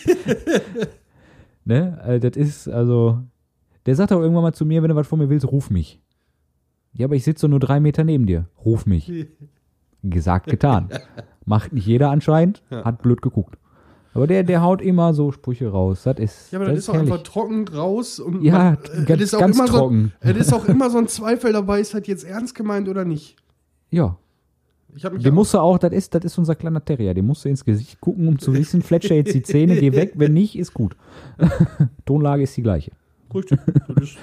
Speaker 2: ne? Also, das ist, also, der sagt auch irgendwann mal zu mir, wenn du was von mir willst, ruf mich. Ja, aber ich sitze nur drei Meter neben dir. Ruf mich.
Speaker 1: *laughs*
Speaker 2: Gesagt, getan. Macht nicht jeder anscheinend, hat blöd geguckt. Aber der, der haut immer so Sprüche raus. Das ist.
Speaker 1: Ja, aber das, ist auch
Speaker 2: herrlich.
Speaker 1: einfach trocken raus und
Speaker 2: Ja,
Speaker 1: man-
Speaker 2: ganz-
Speaker 1: äh, es ist auch
Speaker 2: ganz
Speaker 1: immer
Speaker 2: trocken.
Speaker 1: So, *laughs* es ist auch immer so ein Zweifel dabei, ist halt jetzt ernst gemeint oder nicht.
Speaker 2: Ja.
Speaker 1: Ich habe mich
Speaker 2: Den
Speaker 1: ja
Speaker 2: musst du auch, das ist, das ist unser kleiner Terrier. Den musst du ins Gesicht gucken, um zu wissen, fletscher jetzt die Zähne, geh weg. Wenn nicht, ist gut. *laughs* Tonlage ist die gleiche. *laughs*
Speaker 1: auch- richtig. Das ist,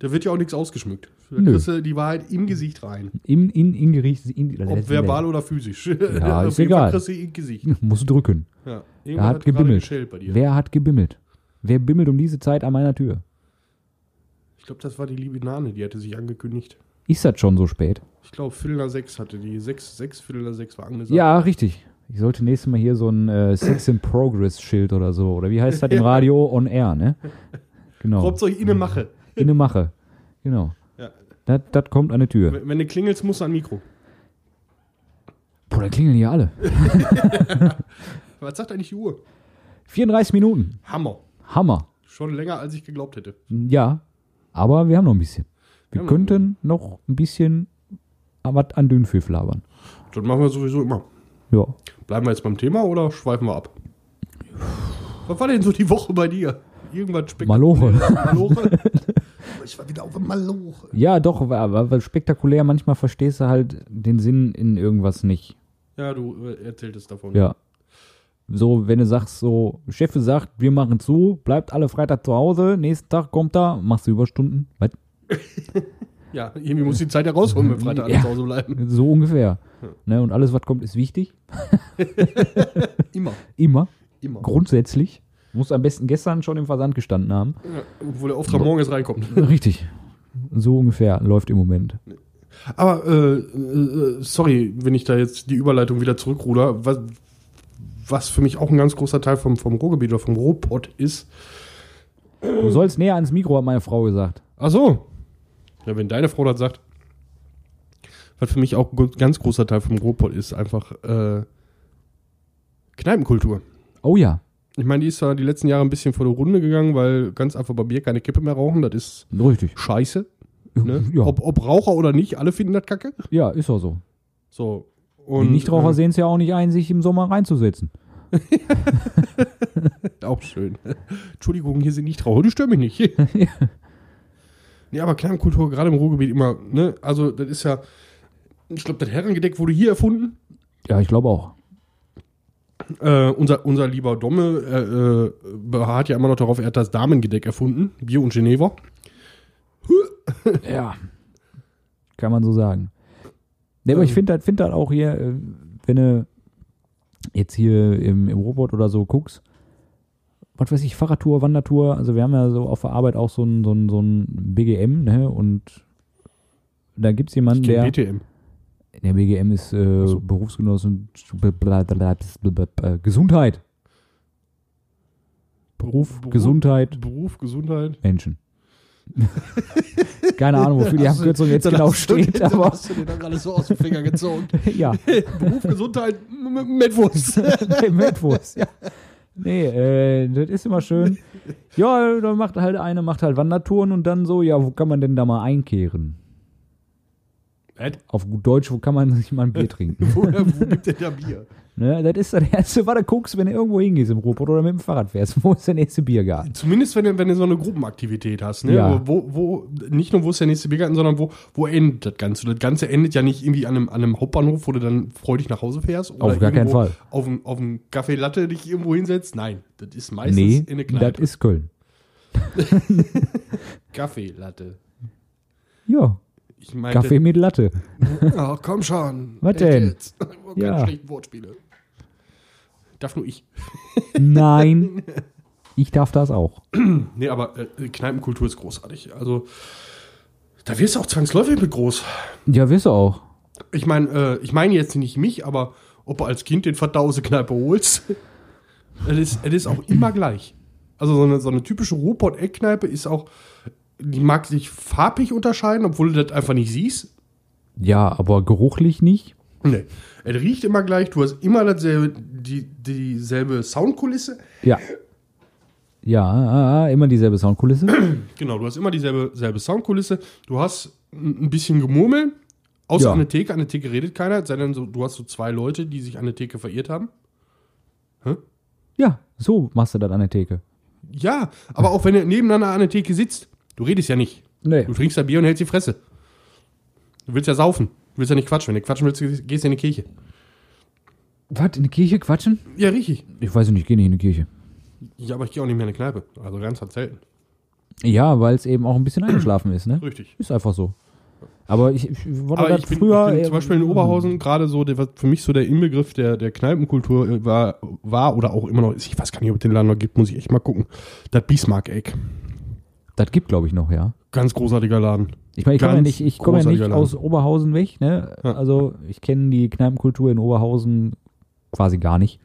Speaker 1: Da wird ja auch nichts ausgeschmückt. Da
Speaker 2: Nö.
Speaker 1: kriegst du die Wahrheit im Gesicht rein.
Speaker 2: In, in, in Gericht. In,
Speaker 1: Ob verbal oder physisch. *laughs*
Speaker 2: Ja, ist
Speaker 1: Auf jeden Fall
Speaker 2: egal.
Speaker 1: kriegst du im Gesicht.
Speaker 2: *laughs* Muss drücken.
Speaker 1: Ja.
Speaker 2: Er
Speaker 1: Irgendwann
Speaker 2: hat
Speaker 1: gerade
Speaker 2: gebimmelt.
Speaker 1: geschellt bei dir.
Speaker 2: Wer hat gebimmelt? Wer bimmelt um diese Zeit an meiner Tür?
Speaker 1: Ich glaube, das war die liebe Nane, die hatte sich angekündigt.
Speaker 2: Ist das schon so spät?
Speaker 1: Ich glaube, Viertel nach sechs hatte die. Sechs, sechs Viertel nach sechs war angesagt.
Speaker 2: Ja, richtig. Ich sollte nächstes Mal hier so ein äh, Sex in Progress Schild oder so, oder wie heißt das im
Speaker 1: *laughs* Ja.
Speaker 2: Radio? On Air, ne? Genau.
Speaker 1: Hauptsache inne mache.
Speaker 2: In eine Mache. Genau.
Speaker 1: Ja.
Speaker 2: Das, das kommt an die Tür.
Speaker 1: Wenn wenn du klingelst, musst du an Mikro.
Speaker 2: Boah, da klingeln hier alle.
Speaker 1: Was sagt eigentlich die Uhr?
Speaker 2: 34 Minuten.
Speaker 1: Hammer.
Speaker 2: Hammer.
Speaker 1: Schon länger, als ich geglaubt hätte.
Speaker 2: Ja, aber wir haben noch ein bisschen. Wir
Speaker 1: Ja,
Speaker 2: könnten noch ein bisschen was an Dünnpfiff labern.
Speaker 1: Das machen wir sowieso immer.
Speaker 2: Ja.
Speaker 1: Bleiben wir jetzt beim Thema oder schweifen wir ab? Was war denn so die Woche bei dir? Irgendwas
Speaker 2: Maloche.
Speaker 1: Maloche? *laughs* ich war wieder auf dem Maloche.
Speaker 2: Ja, doch, aber aber spektakulär. Manchmal verstehst du halt den Sinn in irgendwas nicht.
Speaker 1: Ja, du äh, erzähltest davon.
Speaker 2: Ja. So, wenn du sagst, so, Chef sagt, wir machen zu, bleibt alle Freitag zu Hause, nächsten Tag kommt er, machst du Überstunden. Was?
Speaker 1: Ja, irgendwie muss die Zeit ja rausholen, wenn Freitag
Speaker 2: Ja.
Speaker 1: zu Hause bleiben.
Speaker 2: So ungefähr. Ne, und alles, was kommt, ist wichtig.
Speaker 1: Immer.
Speaker 2: Immer.
Speaker 1: Immer.
Speaker 2: Grundsätzlich. Muss am besten gestern schon im Versand gestanden haben.
Speaker 1: Ja, obwohl der Auftrag morgen jetzt reinkommt.
Speaker 2: Richtig. So ungefähr läuft im Moment.
Speaker 1: Aber, äh, äh, sorry, wenn ich da jetzt die Überleitung wieder zurückruder, was, was für mich auch ein ganz großer Teil vom, vom Ruhrgebiet oder vom Ruhrpott ist.
Speaker 2: Du sollst näher ans Mikro, hat meine Frau gesagt.
Speaker 1: Ach so. Ja, wenn deine Frau das sagt. Was für mich auch ein ganz großer Teil vom Ruhrpott ist, einfach äh, Kneipenkultur.
Speaker 2: Oh ja.
Speaker 1: Ich meine, die ist zwar die letzten Jahre ein bisschen vor der Runde gegangen, weil ganz einfach bei Bier keine Kippe mehr rauchen, das ist
Speaker 2: Richtig.
Speaker 1: scheiße. Ne?
Speaker 2: Ja.
Speaker 1: Ob, ob Raucher oder nicht, alle finden das kacke.
Speaker 2: Ja, ist auch so.
Speaker 1: So.
Speaker 2: Die
Speaker 1: Und, äh, ähm,
Speaker 2: Nichtraucher sehen es ja auch nicht ein, sich im Sommer reinzusetzen.
Speaker 1: Auch schön. *laughs* Entschuldigung, hier sind nicht Raucher, die stören mich
Speaker 2: *laughs*
Speaker 1: nicht. nee, aber Kneipenkultur, gerade im Ruhrgebiet immer, ne? Also, das ist ja, ich glaube, das Herrengedeck wurde hier erfunden.
Speaker 2: Ja, ich glaube auch.
Speaker 1: Äh, unser, unser lieber Domme äh, äh, beharrt ja immer noch darauf, er hat das Damengedeck erfunden. Bier und Geneva.
Speaker 2: Ja. Kann man so sagen. Nee,
Speaker 1: Ähm.
Speaker 2: aber ich finde das find das auch hier, äh, wenn du jetzt hier im, im Robot oder so guckst, was weiß ich, Fahrradtour, Wandertour, also wir haben ja so auf der Arbeit auch so ein, so ein, so ein BGM, ne? Und da gibt es jemanden,
Speaker 1: Ich kenn
Speaker 2: der.
Speaker 1: BTM.
Speaker 2: Der BGM ist äh,
Speaker 1: so.
Speaker 2: Berufsgenossen äh, Gesundheit. Beruf,
Speaker 1: Beruf-
Speaker 2: Gesundheit,
Speaker 1: Beruf, Gesundheit.
Speaker 2: Menschen. Keine Ahnung, wofür die Abkürzung jetzt
Speaker 1: Dann
Speaker 2: genau
Speaker 1: hast du den-
Speaker 2: steht,
Speaker 1: dann
Speaker 2: aber
Speaker 1: hast du den dann gerade so aus dem Finger gezogen.
Speaker 2: *laughs* ja,
Speaker 1: Beruf, Gesundheit, M- M- Metwurst. *laughs*
Speaker 2: nee, Metwurst, ja. Nee, äh, das ist immer schön. Ja, dann macht halt eine, macht halt Wandertouren und dann so, ja, wo kann man denn da mal einkehren?
Speaker 1: Was?
Speaker 2: Auf gut Deutsch, wo kann man *laughs* sich mal ein Bier trinken?
Speaker 1: wo, wo gibt denn da Bier?
Speaker 2: Ne, das ist das Erste, was du guckst, wenn du irgendwo hingehst im Ruhrpott oder mit dem Fahrrad fährst. *laughs* Wo ist der nächste Biergarten?
Speaker 1: Zumindest wenn du, wenn du so eine Gruppenaktivität hast, ne?
Speaker 2: Ja.
Speaker 1: Wo, wo, nicht nur wo ist der nächste Biergarten, sondern wo, wo endet das Ganze? Das Ganze endet ja nicht irgendwie an einem, an einem Hauptbahnhof, wo du dann freudig nach Hause fährst.
Speaker 2: Auf gar keinen
Speaker 1: irgendwo
Speaker 2: Fall.
Speaker 1: Auf dem auf dem Café Latte dich irgendwo hinsetzt. Nein, das ist meistens
Speaker 2: nee,
Speaker 1: in der
Speaker 2: das
Speaker 1: Kneipe.
Speaker 2: ist Köln.
Speaker 1: Kaffee Latte.
Speaker 2: Ja,
Speaker 1: Ich meine, *laughs*
Speaker 2: Kaffee mit Latte.
Speaker 1: das- Oh, komm schon.
Speaker 2: Was
Speaker 1: Echt
Speaker 2: denn?
Speaker 1: Jetzt. *laughs* Oh,
Speaker 2: Ja.
Speaker 1: Ganz schlecht Wortspiele. Darf nur ich.
Speaker 2: Nein, ich darf das auch.
Speaker 1: Nee, aber äh, Kneipenkultur ist großartig. Also, da wirst du auch zwangsläufig mit groß.
Speaker 2: Ja, wirst du auch.
Speaker 1: Ich meine, äh, ich meine jetzt nicht mich, aber ob du als Kind den Vater aus der Kneipe holst, *laughs* es ist, es ist auch immer gleich. Also so eine, so eine typische Ruhrpott-Eckkneipe ist auch, die mag sich farbig unterscheiden, obwohl du das einfach nicht siehst.
Speaker 2: Ja, aber geruchlich nicht.
Speaker 1: Nee. Es riecht immer gleich, du hast immer dasselbe, die, dieselbe Soundkulisse.
Speaker 2: Ja. Ja, ah, ah, immer dieselbe Soundkulisse.
Speaker 1: Genau, du hast immer dieselbe selbe Soundkulisse. Du hast ein ein bisschen Gemurmel, außer
Speaker 2: Ja.
Speaker 1: an der Theke. An der Theke redet keiner, es sei denn, so, du hast so zwei Leute, die sich an der Theke verirrt haben.
Speaker 2: Ja, so machst du das an der Theke.
Speaker 1: Ja, aber auch wenn ihr nebeneinander an der Theke sitzt, du redest ja nicht.
Speaker 2: Nee.
Speaker 1: Du trinkst da Bier und hältst die Fresse. Du willst ja saufen. Du willst ja nicht quatschen. Wenn du quatschen willst, gehst du in die Kirche.
Speaker 2: Was, in die Kirche quatschen?
Speaker 1: Ja, richtig.
Speaker 2: Ich weiß nicht, ich gehe nicht in die Kirche.
Speaker 1: Ja, aber ich gehe auch nicht mehr in die Kneipe. Also ganz, ganz halt selten.
Speaker 2: Ja, weil es eben auch ein bisschen eingeschlafen ist, ne?
Speaker 1: Richtig.
Speaker 2: Ist einfach so. Aber ich, ich wurde
Speaker 1: Aber
Speaker 2: das
Speaker 1: ich bin,
Speaker 2: früher.
Speaker 1: ich bin
Speaker 2: äh,
Speaker 1: zum Beispiel in Oberhausen gerade so, der, was für mich so der Inbegriff der, der Kneipenkultur äh, war, war oder auch immer noch ist. Ich weiß gar nicht, ob es den Laden noch gibt, muss ich echt mal gucken. Das Bismarck-Eck.
Speaker 2: Das gibt, glaube ich, noch, ja.
Speaker 1: Ganz großartiger Laden.
Speaker 2: Ich meine, ich komme ja
Speaker 1: Ganz
Speaker 2: nicht, ich komme ja nicht
Speaker 1: großartiger Laden.
Speaker 2: aus Oberhausen weg, ne?
Speaker 1: Ja.
Speaker 2: Also ich kenne die Kneipenkultur in Oberhausen quasi gar nicht.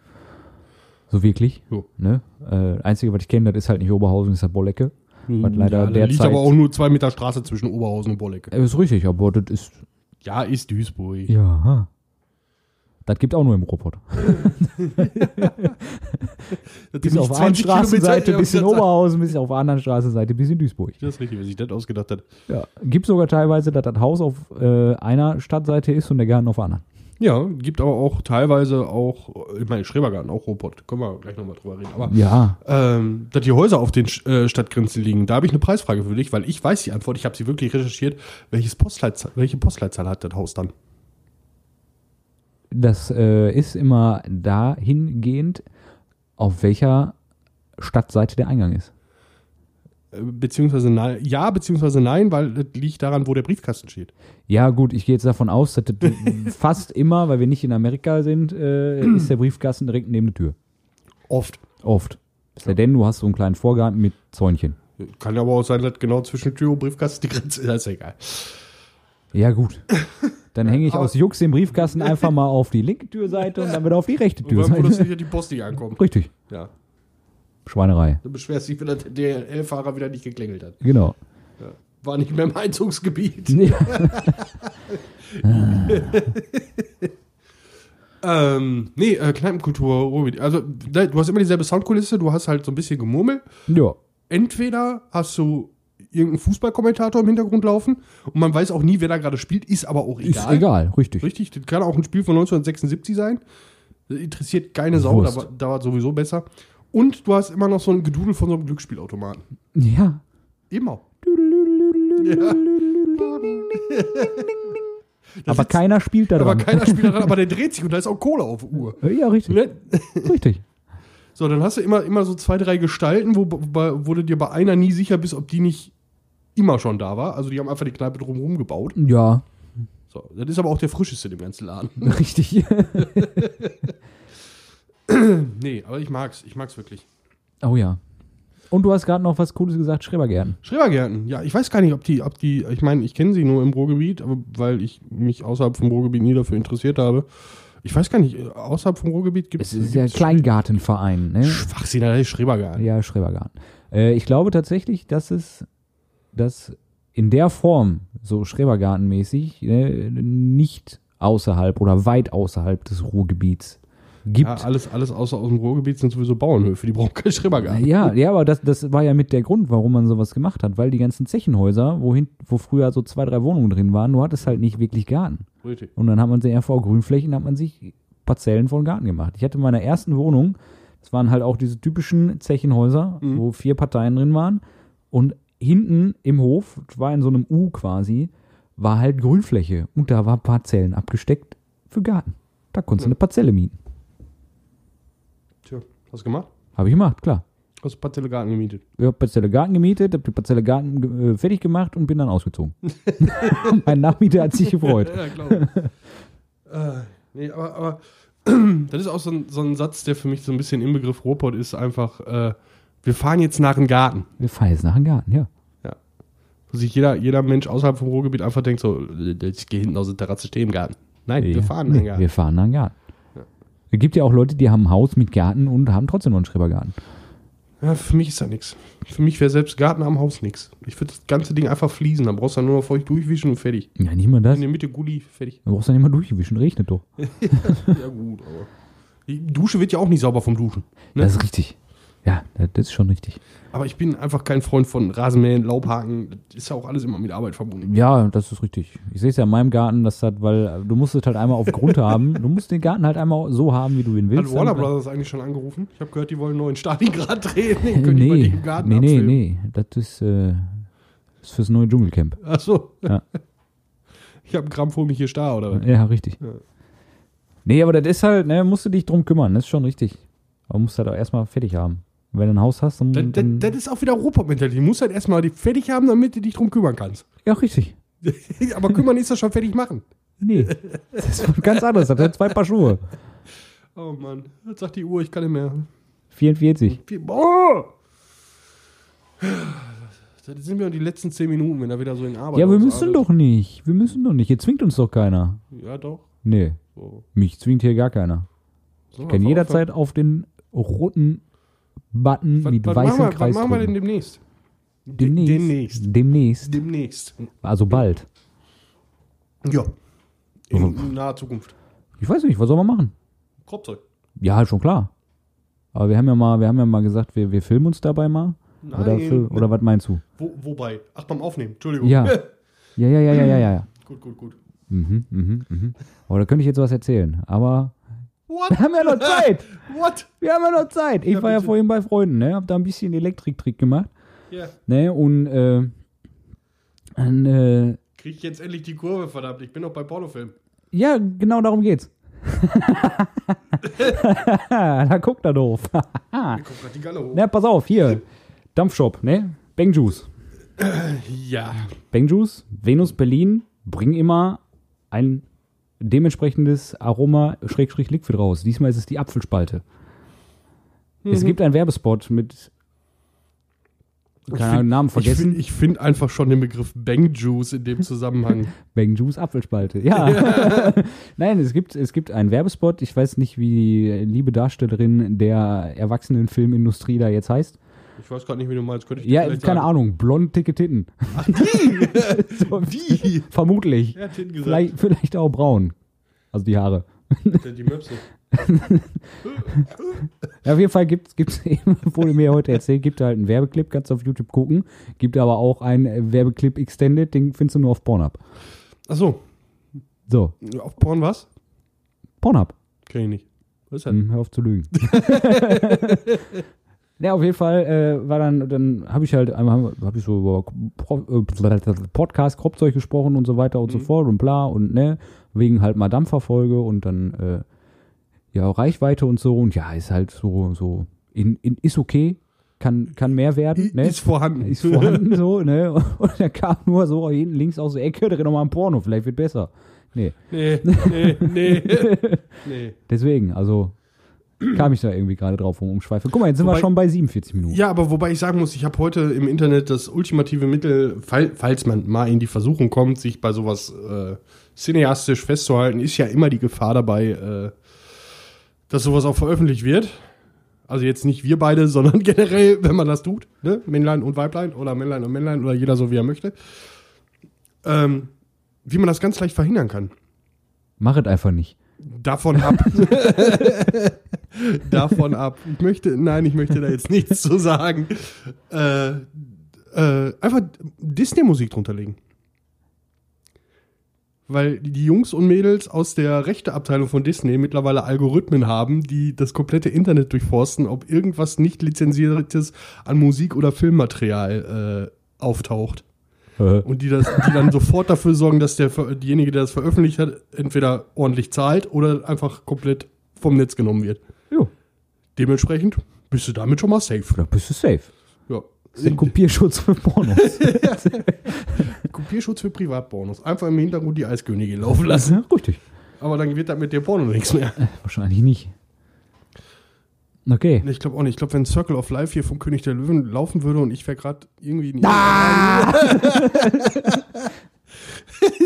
Speaker 2: So wirklich.
Speaker 1: Jo.
Speaker 2: Ne? Äh, Einzige, was ich kenne, das ist halt nicht Oberhausen, das ist halt Bollecke. Was leider
Speaker 1: da liegt
Speaker 2: derzeit-
Speaker 1: aber auch nur zwei Meter Straße zwischen Oberhausen und Bollecke.
Speaker 2: Äh, ist richtig, aber das ist.
Speaker 1: Ja, ist Duisburg.
Speaker 2: Ja. Das gibt auch nur im Ruhrpott.
Speaker 1: Das
Speaker 2: Bis
Speaker 1: sind
Speaker 2: auf
Speaker 1: nicht
Speaker 2: einer
Speaker 1: 20 Kilometer,
Speaker 2: Straßenseite,
Speaker 1: ja,
Speaker 2: bis in
Speaker 1: das-
Speaker 2: Oberhausen, bis auf der anderen Straßenseite, bis in Duisburg.
Speaker 1: Das ist richtig, wer sich das ausgedacht hat.
Speaker 2: Ja. Gibt sogar teilweise, dass das Haus auf äh, einer Stadtseite ist und der Garten auf der anderen.
Speaker 1: Ja, gibt aber auch teilweise auch, ich meine, Schrebergarten, auch Robot, können wir gleich nochmal drüber reden. Aber
Speaker 2: Ja.
Speaker 1: ähm, dass die Häuser auf den äh, Stadtgrenzen liegen, da habe ich eine Preisfrage für dich, weil ich weiß die Antwort, ich habe sie wirklich recherchiert. Welches Postleitzahl, welche Postleitzahl hat das Haus dann?
Speaker 2: Das äh, ist immer dahingehend, auf welcher Stadtseite der Eingang ist.
Speaker 1: Äh, Beziehungsweise nein, ja, beziehungsweise nein, weil das liegt daran, wo der Briefkasten steht.
Speaker 2: Ja, gut, ich gehe jetzt davon aus, dass das *laughs* fast immer, weil wir nicht in Amerika sind, äh, ist der Briefkasten direkt neben der Tür.
Speaker 1: Oft.
Speaker 2: Oft. Es sei denn, du hast so einen kleinen Vorgarten mit Zäunchen.
Speaker 1: Kann ja aber auch sein, dass genau zwischen Tür und Briefkasten die Grenze ist, das ist egal.
Speaker 2: Ja, *laughs* gut. Dann hänge ich
Speaker 1: aber-
Speaker 2: aus Jux den Briefkasten einfach mal auf die linke Türseite und dann wieder auf die rechte
Speaker 1: Und beim Bundesliga
Speaker 2: Türseite.
Speaker 1: die Post nicht ankommt.
Speaker 2: Richtig.
Speaker 1: Ja.
Speaker 2: Schweinerei.
Speaker 1: Dann beschwerst du dich, wenn der DLL-Fahrer wieder nicht geklingelt hat.
Speaker 2: Genau.
Speaker 1: War nicht mehr im Einzugsgebiet.
Speaker 2: Nee.
Speaker 1: Ähm, nee, äh, Kneipenkultur, Ruhrgebiet. Also, da, du hast immer dieselbe Soundkulisse, du hast halt so ein bisschen Gemurmel.
Speaker 2: ja.
Speaker 1: Entweder hast du irgendeinen Fußballkommentator im Hintergrund laufen und man weiß auch nie, wer da gerade spielt, ist aber auch
Speaker 2: Ist
Speaker 1: egal.
Speaker 2: egal, richtig.
Speaker 1: Richtig, das kann auch ein Spiel von 1976 sein. Das interessiert keine Sau, da
Speaker 2: Wurst.
Speaker 1: war, da war sowieso besser. Und du hast immer noch so ein Gedudel von so einem Glücksspielautomaten.
Speaker 2: Ja.
Speaker 1: Immer.
Speaker 2: Aber keiner spielt da
Speaker 1: Aber
Speaker 2: dran.
Speaker 1: keiner spielt daran, aber der dreht sich und da ist auch Kohle auf der Uhr.
Speaker 2: Ja, richtig.
Speaker 1: Ne?
Speaker 2: Richtig.
Speaker 1: So, dann hast du immer, immer so zwei, drei Gestalten, wo, wo, wo du dir bei einer nie sicher bist, ob die nicht immer schon da war. Also die haben einfach die Kneipe drumherum gebaut.
Speaker 2: Ja,
Speaker 1: So, das ist aber auch der frischeste im ganzen Laden.
Speaker 2: richtig. *laughs*
Speaker 1: Nee, aber ich mag's, ich mag's wirklich.
Speaker 2: Oh ja. Und du hast gerade noch was Cooles gesagt, Schrebergärten.
Speaker 1: Schrebergärten, ja, ich weiß gar nicht, ob die, ob die, ich meine, ich kenne sie nur im Ruhrgebiet, aber weil ich mich außerhalb vom Ruhrgebiet nie dafür interessiert habe. Ich weiß gar nicht, äh, außerhalb vom Ruhrgebiet gibt
Speaker 2: Es ist ja Kleingartenverein, ne?
Speaker 1: Schwachsinn, da ist Schrebergarten.
Speaker 2: Ja, Schrebergarten. Äh, ich glaube tatsächlich, dass es dass in der Form, so Schrebergartenmäßig, ne, nicht außerhalb oder weit außerhalb des Ruhrgebiets gibt.
Speaker 1: Ja, also alles, alles außer aus dem Ruhrgebiet sind sowieso Bauernhöfe, die brauchen keinen Schrebergarten.
Speaker 2: Äh, Ja, ja, aber das, das war ja mit der Grund, warum man sowas gemacht hat, weil die ganzen Zechenhäuser, wohin, wo früher so zwei, drei Wohnungen drin waren, du hattest halt nicht wirklich Garten.
Speaker 1: Richtig.
Speaker 2: Und dann hat man sich RV Grünflächen, hat man sich Parzellen von Garten gemacht. Ich hatte in meiner ersten Wohnung, das waren halt auch diese typischen Zechenhäuser, wo vier Parteien drin waren. Und hinten im Hof, das war in so einem U quasi, war halt Grünfläche. Und da war Parzellen abgesteckt für Garten. Da konntest du eine Parzelle mieten.
Speaker 1: Tja, hast du gemacht?
Speaker 2: Habe ich gemacht, klar.
Speaker 1: Hast du Parzellegarten gemietet?
Speaker 2: Ich habe Parzelle Garten gemietet, habe die Parzelle Garten ge- äh, fertig gemacht und bin dann ausgezogen. *laughs* mein Nachmieter hat sich gefreut.
Speaker 1: Ja, glaube ich. äh, nee, aber, aber *clears throat* das ist auch so ein, so ein Satz, der für mich so ein bisschen im Begriff Ruhrpott ist, einfach, äh, wir fahren jetzt nach dem Garten.
Speaker 2: Wir fahren jetzt nach dem Garten, ja.
Speaker 1: Wo sich jeder, jeder Mensch außerhalb vom Ruhrgebiet einfach denkt so, ich gehe hinten aus der Terrasse stehen im Garten. Nein,
Speaker 2: Ja.
Speaker 1: wir fahren nach dem Garten.
Speaker 2: Wir fahren nach dem Garten. Es gibt ja auch Leute, die haben ein Haus mit Garten und haben trotzdem noch einen Schrebergarten.
Speaker 1: Ja, für mich ist da nichts. Für mich wäre selbst Garten am Haus nichts. Ich würde das ganze Ding einfach fließen, dann brauchst du nur noch feucht durchwischen und fertig.
Speaker 2: Ja, nicht mal das.
Speaker 1: In der Mitte Gulli, fertig.
Speaker 2: Dann brauchst du nicht mal durchwischen, regnet doch.
Speaker 1: ja gut, aber... Die Dusche wird ja auch nicht sauber vom Duschen. Ne?
Speaker 2: Das ist richtig. Ja, das ist schon richtig.
Speaker 1: Aber ich bin einfach kein Freund von Rasenmähen, Laubhaken. Das ist ja auch alles immer mit Arbeit verbunden.
Speaker 2: Ja, das ist richtig. Ich sehe es ja in meinem Garten, dass das, weil äh, du musst es halt einmal auf
Speaker 1: *laughs*
Speaker 2: Grund haben. Du musst den Garten halt einmal so haben, wie du ihn willst.
Speaker 1: Hat Warner
Speaker 2: Dann-
Speaker 1: Brothers eigentlich schon angerufen? Ich habe gehört, die wollen einen neuen Stalingrad *laughs* drehen. Den
Speaker 2: Äh,
Speaker 1: können die bei
Speaker 2: Nee,
Speaker 1: dir im Garten
Speaker 2: nee, nee,
Speaker 1: abfilmen.
Speaker 2: nee. Das ist, äh, ist fürs neue Dschungelcamp.
Speaker 1: Ach so.
Speaker 2: Ja.
Speaker 1: *laughs* Ich habe Gramm vor mich hier starr, oder was?
Speaker 2: Ja, richtig. Nee, aber das ist halt, ne, musst du dich drum kümmern, das ist schon richtig. Aber musst halt auch erstmal fertig haben. Und wenn du ein Haus hast, dann.
Speaker 1: Das, das,
Speaker 2: dann
Speaker 1: das ist auch wieder Ruhrpott-Mentalität. Du musst halt erstmal die fertig haben, damit du dich drum kümmern kannst. *laughs*
Speaker 2: ja, richtig.
Speaker 1: Aber kümmern ist das schon fertig machen.
Speaker 2: Nee. Das ist ganz anders. Das hat zwei Paar Schuhe.
Speaker 1: Oh Mann, jetzt sagt die Uhr, ich kann nicht mehr.
Speaker 2: 44.
Speaker 1: Oh! Das sind wir die letzten zehn Minuten, wenn er wieder so in Arbeit
Speaker 2: Ja, wir müssen
Speaker 1: ausartet.
Speaker 2: doch nicht. Wir müssen doch nicht. Hier zwingt uns doch keiner.
Speaker 1: Ja, doch.
Speaker 2: Nee.
Speaker 1: So.
Speaker 2: Mich zwingt hier gar keiner. Ich kann jederzeit auf den roten Button mit weißem
Speaker 1: wir,
Speaker 2: Kreis
Speaker 1: Was machen wir denn
Speaker 2: drücken.
Speaker 1: demnächst?
Speaker 2: Demnächst.
Speaker 1: Demnächst.
Speaker 2: Demnächst.
Speaker 1: Demnächst.
Speaker 2: Also bald.
Speaker 1: Ja. In
Speaker 2: Also-
Speaker 1: naher Zukunft.
Speaker 2: Ich weiß nicht, was soll man machen?
Speaker 1: Kropzeug.
Speaker 2: Ja, halt schon klar. Aber wir haben ja mal, wir haben ja mal gesagt, wir, wir filmen uns dabei mal. Oder,
Speaker 1: Nein.
Speaker 2: fil- oder was meinst du?
Speaker 1: Wo, wobei? Ach, beim Aufnehmen. Entschuldigung.
Speaker 2: Ja. Ja, ja, ja, ja, ja, ja, ja.
Speaker 1: *laughs* gut, gut, gut.
Speaker 2: Mhm, mhm, mhm. Oh, da könnte ich jetzt was erzählen. Aber *laughs* wir
Speaker 1: What?
Speaker 2: haben ja noch Zeit.
Speaker 1: What?
Speaker 2: Wir haben ja noch Zeit. Ich
Speaker 1: Ja,
Speaker 2: war ja
Speaker 1: bitte.
Speaker 2: vorhin bei Freunden, ne? Hab da ein bisschen Elektriktrick gemacht.
Speaker 1: Ja.
Speaker 2: Ne? Und, äh, und äh,
Speaker 1: Krieg ich jetzt endlich die Kurve, verdammt. Ich bin noch bei Pornofilm.
Speaker 2: ja, genau
Speaker 1: *laughs*
Speaker 2: darum geht's. *laughs* da guckt er doof. Ah.
Speaker 1: Mir kommt gerade die Galle hoch.
Speaker 2: Na, pass auf, hier. Dampfshop, ne? Bang Juice.
Speaker 1: Ja.
Speaker 2: Bang Juice, Venus Berlin bringen immer ein dementsprechendes Aroma Schrägstrich Liquid raus. Diesmal ist es die Apfelspalte.
Speaker 1: Mhm.
Speaker 2: Es gibt einen Werbespot mit keine
Speaker 1: find-
Speaker 2: Ahnung, Namen
Speaker 1: Ich
Speaker 2: vergessen.
Speaker 1: finde ich find einfach schon den Begriff Bang Juice in dem
Speaker 2: *laughs*
Speaker 1: Zusammenhang.
Speaker 2: Bang Juice Apfelspalte. Ja. *laughs* Nein, es gibt, es gibt einen Werbespot. Ich weiß nicht, wie die liebe Darstellerin der erwachsenen Filmindustrie da jetzt heißt.
Speaker 1: Ich weiß gerade nicht, wie du meinst. Könnte ich dir
Speaker 2: Ja, keine
Speaker 1: vielleicht sagen.
Speaker 2: Ahnung. Blond, dicke Titten. *laughs* so, *laughs*
Speaker 1: Die!
Speaker 2: vermutlich.
Speaker 1: Er hat hinten gesagt.
Speaker 2: Vielleicht, vielleicht auch braun. Also die Haare.
Speaker 1: Der- Die Möpse.
Speaker 2: Ja, auf jeden Fall gibt es *laughs* eben, wurde mir heute erzählt, gibt halt einen Werbeclip, kannst du auf YouTube gucken. Gibt aber auch einen äh, Werbeclip Extended, den findest du nur auf Pornhub.
Speaker 1: Achso,
Speaker 2: So,
Speaker 1: auf Porn was?
Speaker 2: Pornhub.
Speaker 1: Kenn ich nicht. Was ist das?
Speaker 2: Hm, hör auf zu lügen. Ja, auf jeden Fall äh, war dann, dann habe ich halt einmal hab ich so über Pro, äh, Podcast, Kropfzeug gesprochen und so weiter und so fort und bla und ne, wegen halt mal Dampferfolge und dann äh, ja Reichweite und so und ja, ist halt so, so in, in ist okay, kann, kann mehr werden, ne?
Speaker 1: Ist vorhanden.
Speaker 2: ist vorhanden so, ne? *laughs* Und dann kam nur so hinten links aus der Ecke, drin nochmal ein Porno, vielleicht wird besser. Nee,
Speaker 1: nee, nee, nee. nee.
Speaker 2: deswegen, also kam ich da irgendwie gerade drauf um Umschweife. Guck mal, jetzt sind
Speaker 1: Wobei-
Speaker 2: wir schon bei 47 Minuten.
Speaker 1: Ja, aber wobei ich sagen muss, ich habe heute im Internet das ultimative Mittel, fall, falls man mal in die Versuchung kommt, sich bei sowas äh, cineastisch festzuhalten, ist ja immer die Gefahr dabei, äh, dass sowas auch veröffentlicht wird. Also jetzt nicht wir beide, *laughs* sondern generell, wenn man das tut, ne? Männlein und Weiblein oder Männlein und Männlein oder jeder so, wie er möchte. Ähm, wie man das ganz leicht verhindern kann.
Speaker 2: Mach es einfach nicht.
Speaker 1: Davon ab. *laughs* Davon ab. Ich möchte, nein, ich möchte da jetzt nichts zu sagen. Äh, äh, einfach Disney-Musik drunter legen. Weil die Jungs und Mädels aus der Rechteabteilung von Disney mittlerweile Algorithmen haben, die das komplette Internet durchforsten, ob irgendwas nicht lizenziertes an Musik oder Filmmaterial äh, auftaucht.
Speaker 2: Äh,
Speaker 1: Und die, das, die dann sofort dafür sorgen, dass der, Ver- derjenige, der das veröffentlicht hat, entweder ordentlich zahlt oder einfach komplett vom Netz genommen wird.
Speaker 2: jo,
Speaker 1: Dementsprechend bist du damit schon mal safe.
Speaker 2: da bist du safe.
Speaker 1: Ja.
Speaker 2: Das ist der Kopierschutz für
Speaker 1: *laughs*
Speaker 2: Pornos.
Speaker 1: Kopierschutz für Privatpornos. Einfach im Hintergrund die Eiskönigin laufen lassen.
Speaker 2: Richtig.
Speaker 1: Aber dann wird das mit dem Porno nichts mehr.
Speaker 2: Wahrscheinlich nicht. Okay.
Speaker 1: *laughs* Ich glaube auch nicht. Ich glaube, wenn Circle of Life hier vom König der Löwen laufen würde und ich wäre gerade irgendwie in Ah! *laughs*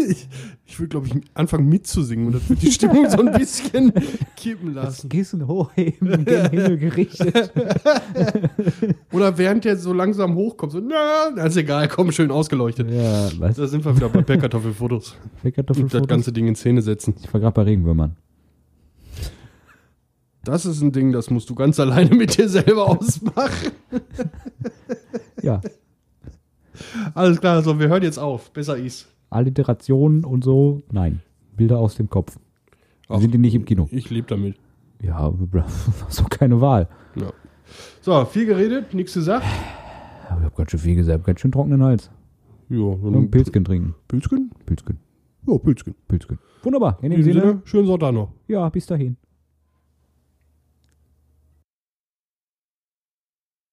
Speaker 1: ich ich würde, glaube ich, anfangen mitzusingen und das würde die Stimmung so ein bisschen kippen lassen.
Speaker 2: Kissen *laughs* hochheben, gen
Speaker 1: *laughs*
Speaker 2: Himmel gerichtet.
Speaker 1: Oder während der so langsam hochkommt, so, na, das ist egal, komm, schön ausgeleuchtet.
Speaker 2: Ja, was?
Speaker 1: Da sind wir wieder bei *laughs* Pellkartoffelfotos. Und das
Speaker 2: Kartoffelfotos?
Speaker 1: ganze Ding in Szene setzen.
Speaker 2: Ich war gerade bei Regenwürmern.
Speaker 1: Das ist ein Ding, das musst du ganz alleine mit dir selber ausmachen.
Speaker 2: Ja,
Speaker 1: *laughs* Alles klar, also wir hören jetzt auf. Besser ist.
Speaker 2: Alliterationen und so, nein. Bilder aus dem Kopf.
Speaker 1: Ach.
Speaker 2: Sind die nicht im Kino?
Speaker 1: Ich lebe damit.
Speaker 2: Ja, *laughs* bla, so keine Wahl.
Speaker 1: Ja. So, viel geredet, nichts gesagt.
Speaker 2: Ja, Ich habe ganz schön viel gesagt, ganz schön trockenen Hals.
Speaker 1: Jo,
Speaker 2: Und ein Pilzchen trinken.
Speaker 1: Pilzken?
Speaker 2: Pilzchen,
Speaker 1: Ja, Pilzken.
Speaker 2: Pilzchen. Wunderbar, in
Speaker 1: In
Speaker 2: dem
Speaker 1: diesem
Speaker 2: Sinne,
Speaker 1: Sinne, schönen Sonntag noch.
Speaker 2: ja, bis dahin.